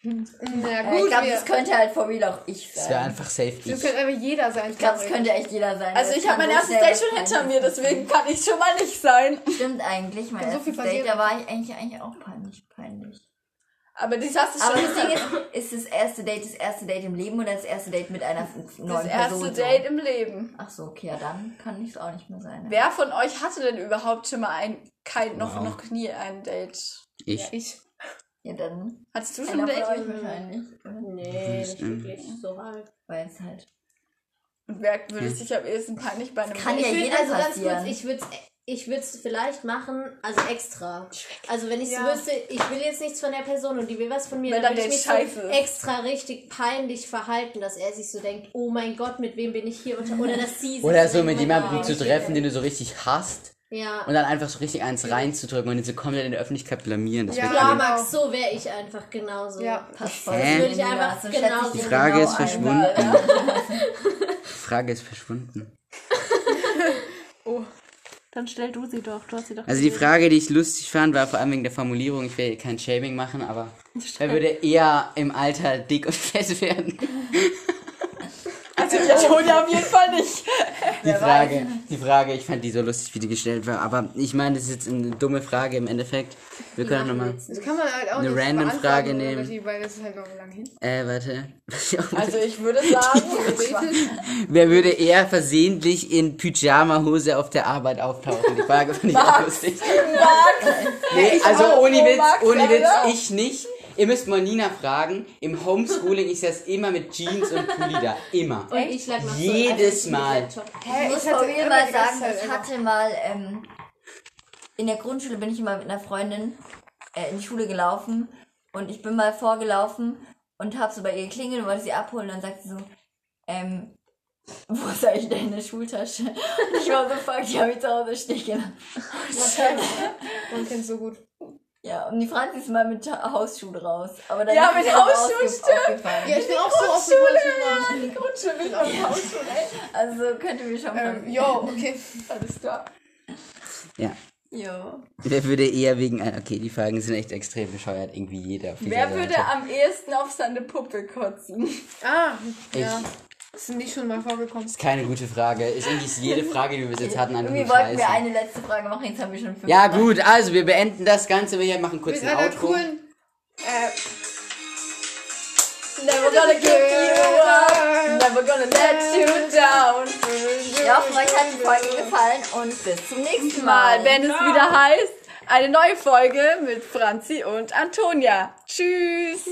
S5: Na
S2: Ja, ich
S5: gut,
S2: glaube,
S5: wir,
S2: das könnte halt for real auch ich
S3: Das wäre
S2: sein.
S3: einfach safe. Ich.
S5: das könnte einfach jeder sein.
S2: Ich glaube, das könnte echt jeder sein.
S1: Also
S2: Das
S1: ich habe
S2: kann
S1: mein
S2: so
S1: erstes
S2: schnell
S1: Date
S2: was
S1: schon hinter
S2: sein.
S1: mir, deswegen kann ich schon mal nicht sein.
S2: Stimmt eigentlich, mein
S5: So viel
S2: erstes
S5: passiert.
S2: Date, da war ich eigentlich, eigentlich auch peinlich, peinlich.
S1: Aber das hast du schon
S2: Aber das Ding ist, ist das erste Date das erste Date im Leben oder das erste Date mit einer neuen
S1: das
S2: Person?
S1: erste
S2: so?
S1: Date im Leben.
S2: Ach so, okay, ja, dann kann ich es auch nicht mehr sein. ne?
S1: Wer von euch hatte denn überhaupt schon mal ein, kein, noch,
S3: Wow.
S1: noch nie ein Date?
S3: ich.
S5: Ich.
S2: Ja, dann
S1: Hattest du schon
S2: einer
S1: ein
S2: von
S1: Date?
S2: euch wahrscheinlich. oder?
S4: nee, nicht wirklich, so halb.
S2: Weil es halt.
S1: Und wer würde sich am ehesten peinlich bei einem
S2: kann
S1: Date?
S2: ja
S4: Ich würde
S2: jeder
S4: also ganz
S2: passieren.
S4: kurz, ich würde ich würde es vielleicht machen, also extra. Also wenn ich so wüsste, ich will jetzt nichts von der Person und die will was von mir,
S1: Wenn
S4: dann
S1: dann
S4: würde ich
S1: der
S4: mich
S1: Scheiße
S4: so
S1: ist.
S4: extra richtig peinlich verhalten, dass er sich so denkt, oh mein Gott, mit wem bin ich hier unter oder dass sie sich
S3: Oder so
S4: denkt,
S3: mit
S4: oh mein
S3: jemandem
S4: Gott,
S3: zu
S4: ich bin
S3: treffen, den du so richtig hasst.
S4: hier. Ja.
S3: Und dann einfach so richtig eins reinzudrücken und ihn so komplett in der Öffentlichkeit blamieren. Das
S5: Ja.
S3: wird
S4: Ja,
S5: Genau.
S4: Max, so wäre ich einfach genauso.
S5: Ja.
S2: Passt voll.
S3: Hä?
S4: Würde ich einfach
S2: so schätze ich
S4: genau
S2: dich
S4: so-
S3: Die
S4: Ja,
S3: Frage
S2: genau
S3: ist
S2: ein.
S3: verschwunden. Die Frage ist verschwunden.
S8: Oh. Dann stell du sie doch. Du hast sie doch.
S3: Also die
S8: gesehen.
S3: Frage, die ich lustig fand, war vor allem wegen der Formulierung, ich will hier kein Shaming machen, aber er würde eher im Alter dick und fett werden.
S1: Also Jatone auf jeden Fall nicht.
S3: Die Frage, die Frage, ich fand die so lustig, wie die gestellt war, aber ich meine, das ist jetzt eine dumme Frage im Endeffekt. Wir können nochmal...
S5: Das kann man halt auch
S3: Eine
S5: nicht
S3: random
S5: beantworten,
S3: Frage
S5: oder
S3: nehmen.
S5: die- Weil das ist halt noch lang hin.
S3: Äh, warte.
S1: Also ich würde sagen,
S3: Wer würde eher versehentlich in Pyjama-Hose auf der Arbeit auftauchen? Die Frage fand ich auch lustig. Nee, also
S1: auch.
S3: ohne
S1: Oh,
S3: Witz,
S1: Max,
S3: ohne Witz,
S1: Alter.
S3: ich nicht. Ihr müsst mal Nina fragen. Im Homeschooling, ich saß immer mit Jeans und Pulli da. Immer.
S4: Und ich lag noch
S3: Jedes
S4: so,
S3: Mal.
S2: Äh, Ich muss
S5: ich hatte
S2: von mir
S5: immer
S2: mal
S5: die
S2: sagen,
S5: ganze Zeit
S2: ich
S5: immer-
S2: hatte mal ähm, in der Grundschule bin ich immer mit einer Freundin äh, in die Schule gelaufen und ich bin mal vorgelaufen und habe so bei ihr geklingelt und wollte sie abholen und dann sagt sie so, ähm, wo ist eigentlich deine Schultasche? Und ich war so fuck, die habe ich zu Hause stehen gelassen.
S5: Man kennt so gut.
S2: Ja, und die Franzi ist mal mit Ta- Hausschuhen raus. Aber dann
S1: Ja,
S2: ist halt mir
S1: mit
S2: das
S1: Hausschuhen,
S2: ausge-
S1: stimmt.
S2: aufgefallen.
S5: Ja, ich bin auch so oft in
S1: ja, die Grundschule mit auf dem Haus schon, ey.
S2: Also könnte mir schon mal.
S5: Ähm, jo, okay.
S1: Alles klar.
S3: Ja.
S2: Jo.
S3: Wer würde eher wegen. ah, Okay, die Fragen sind echt extrem bescheuert. Irgendwie jeder. auf dieser
S1: Wer würde
S3: Seite.
S1: am ehesten auf seine Puppe kotzen?
S5: Ah,
S3: Ich-
S5: ja. Sind die schon mal vorgekommen?
S3: Ist keine gute Frage. Ist eigentlich ist jede Frage, die wir bis jetzt hatten, einfach
S2: Irgendwie
S3: nur
S2: wollten wir
S3: scheiße.
S2: eine letzte Frage machen, jetzt haben wir schon fünf.
S3: Ja, gut, also wir beenden das Ganze. Wir machen kurz
S5: Mit
S3: ein
S5: einer
S3: Outro.
S5: coolen. Äh,
S1: Never gonna give you up. Never gonna let you down.
S2: Wir hoffen, euch hat die Folge gefallen und bis zum nächsten Mal.
S1: Mal, wenn es wieder heißt, eine neue Folge mit Franzi und Antonia. Tschüss.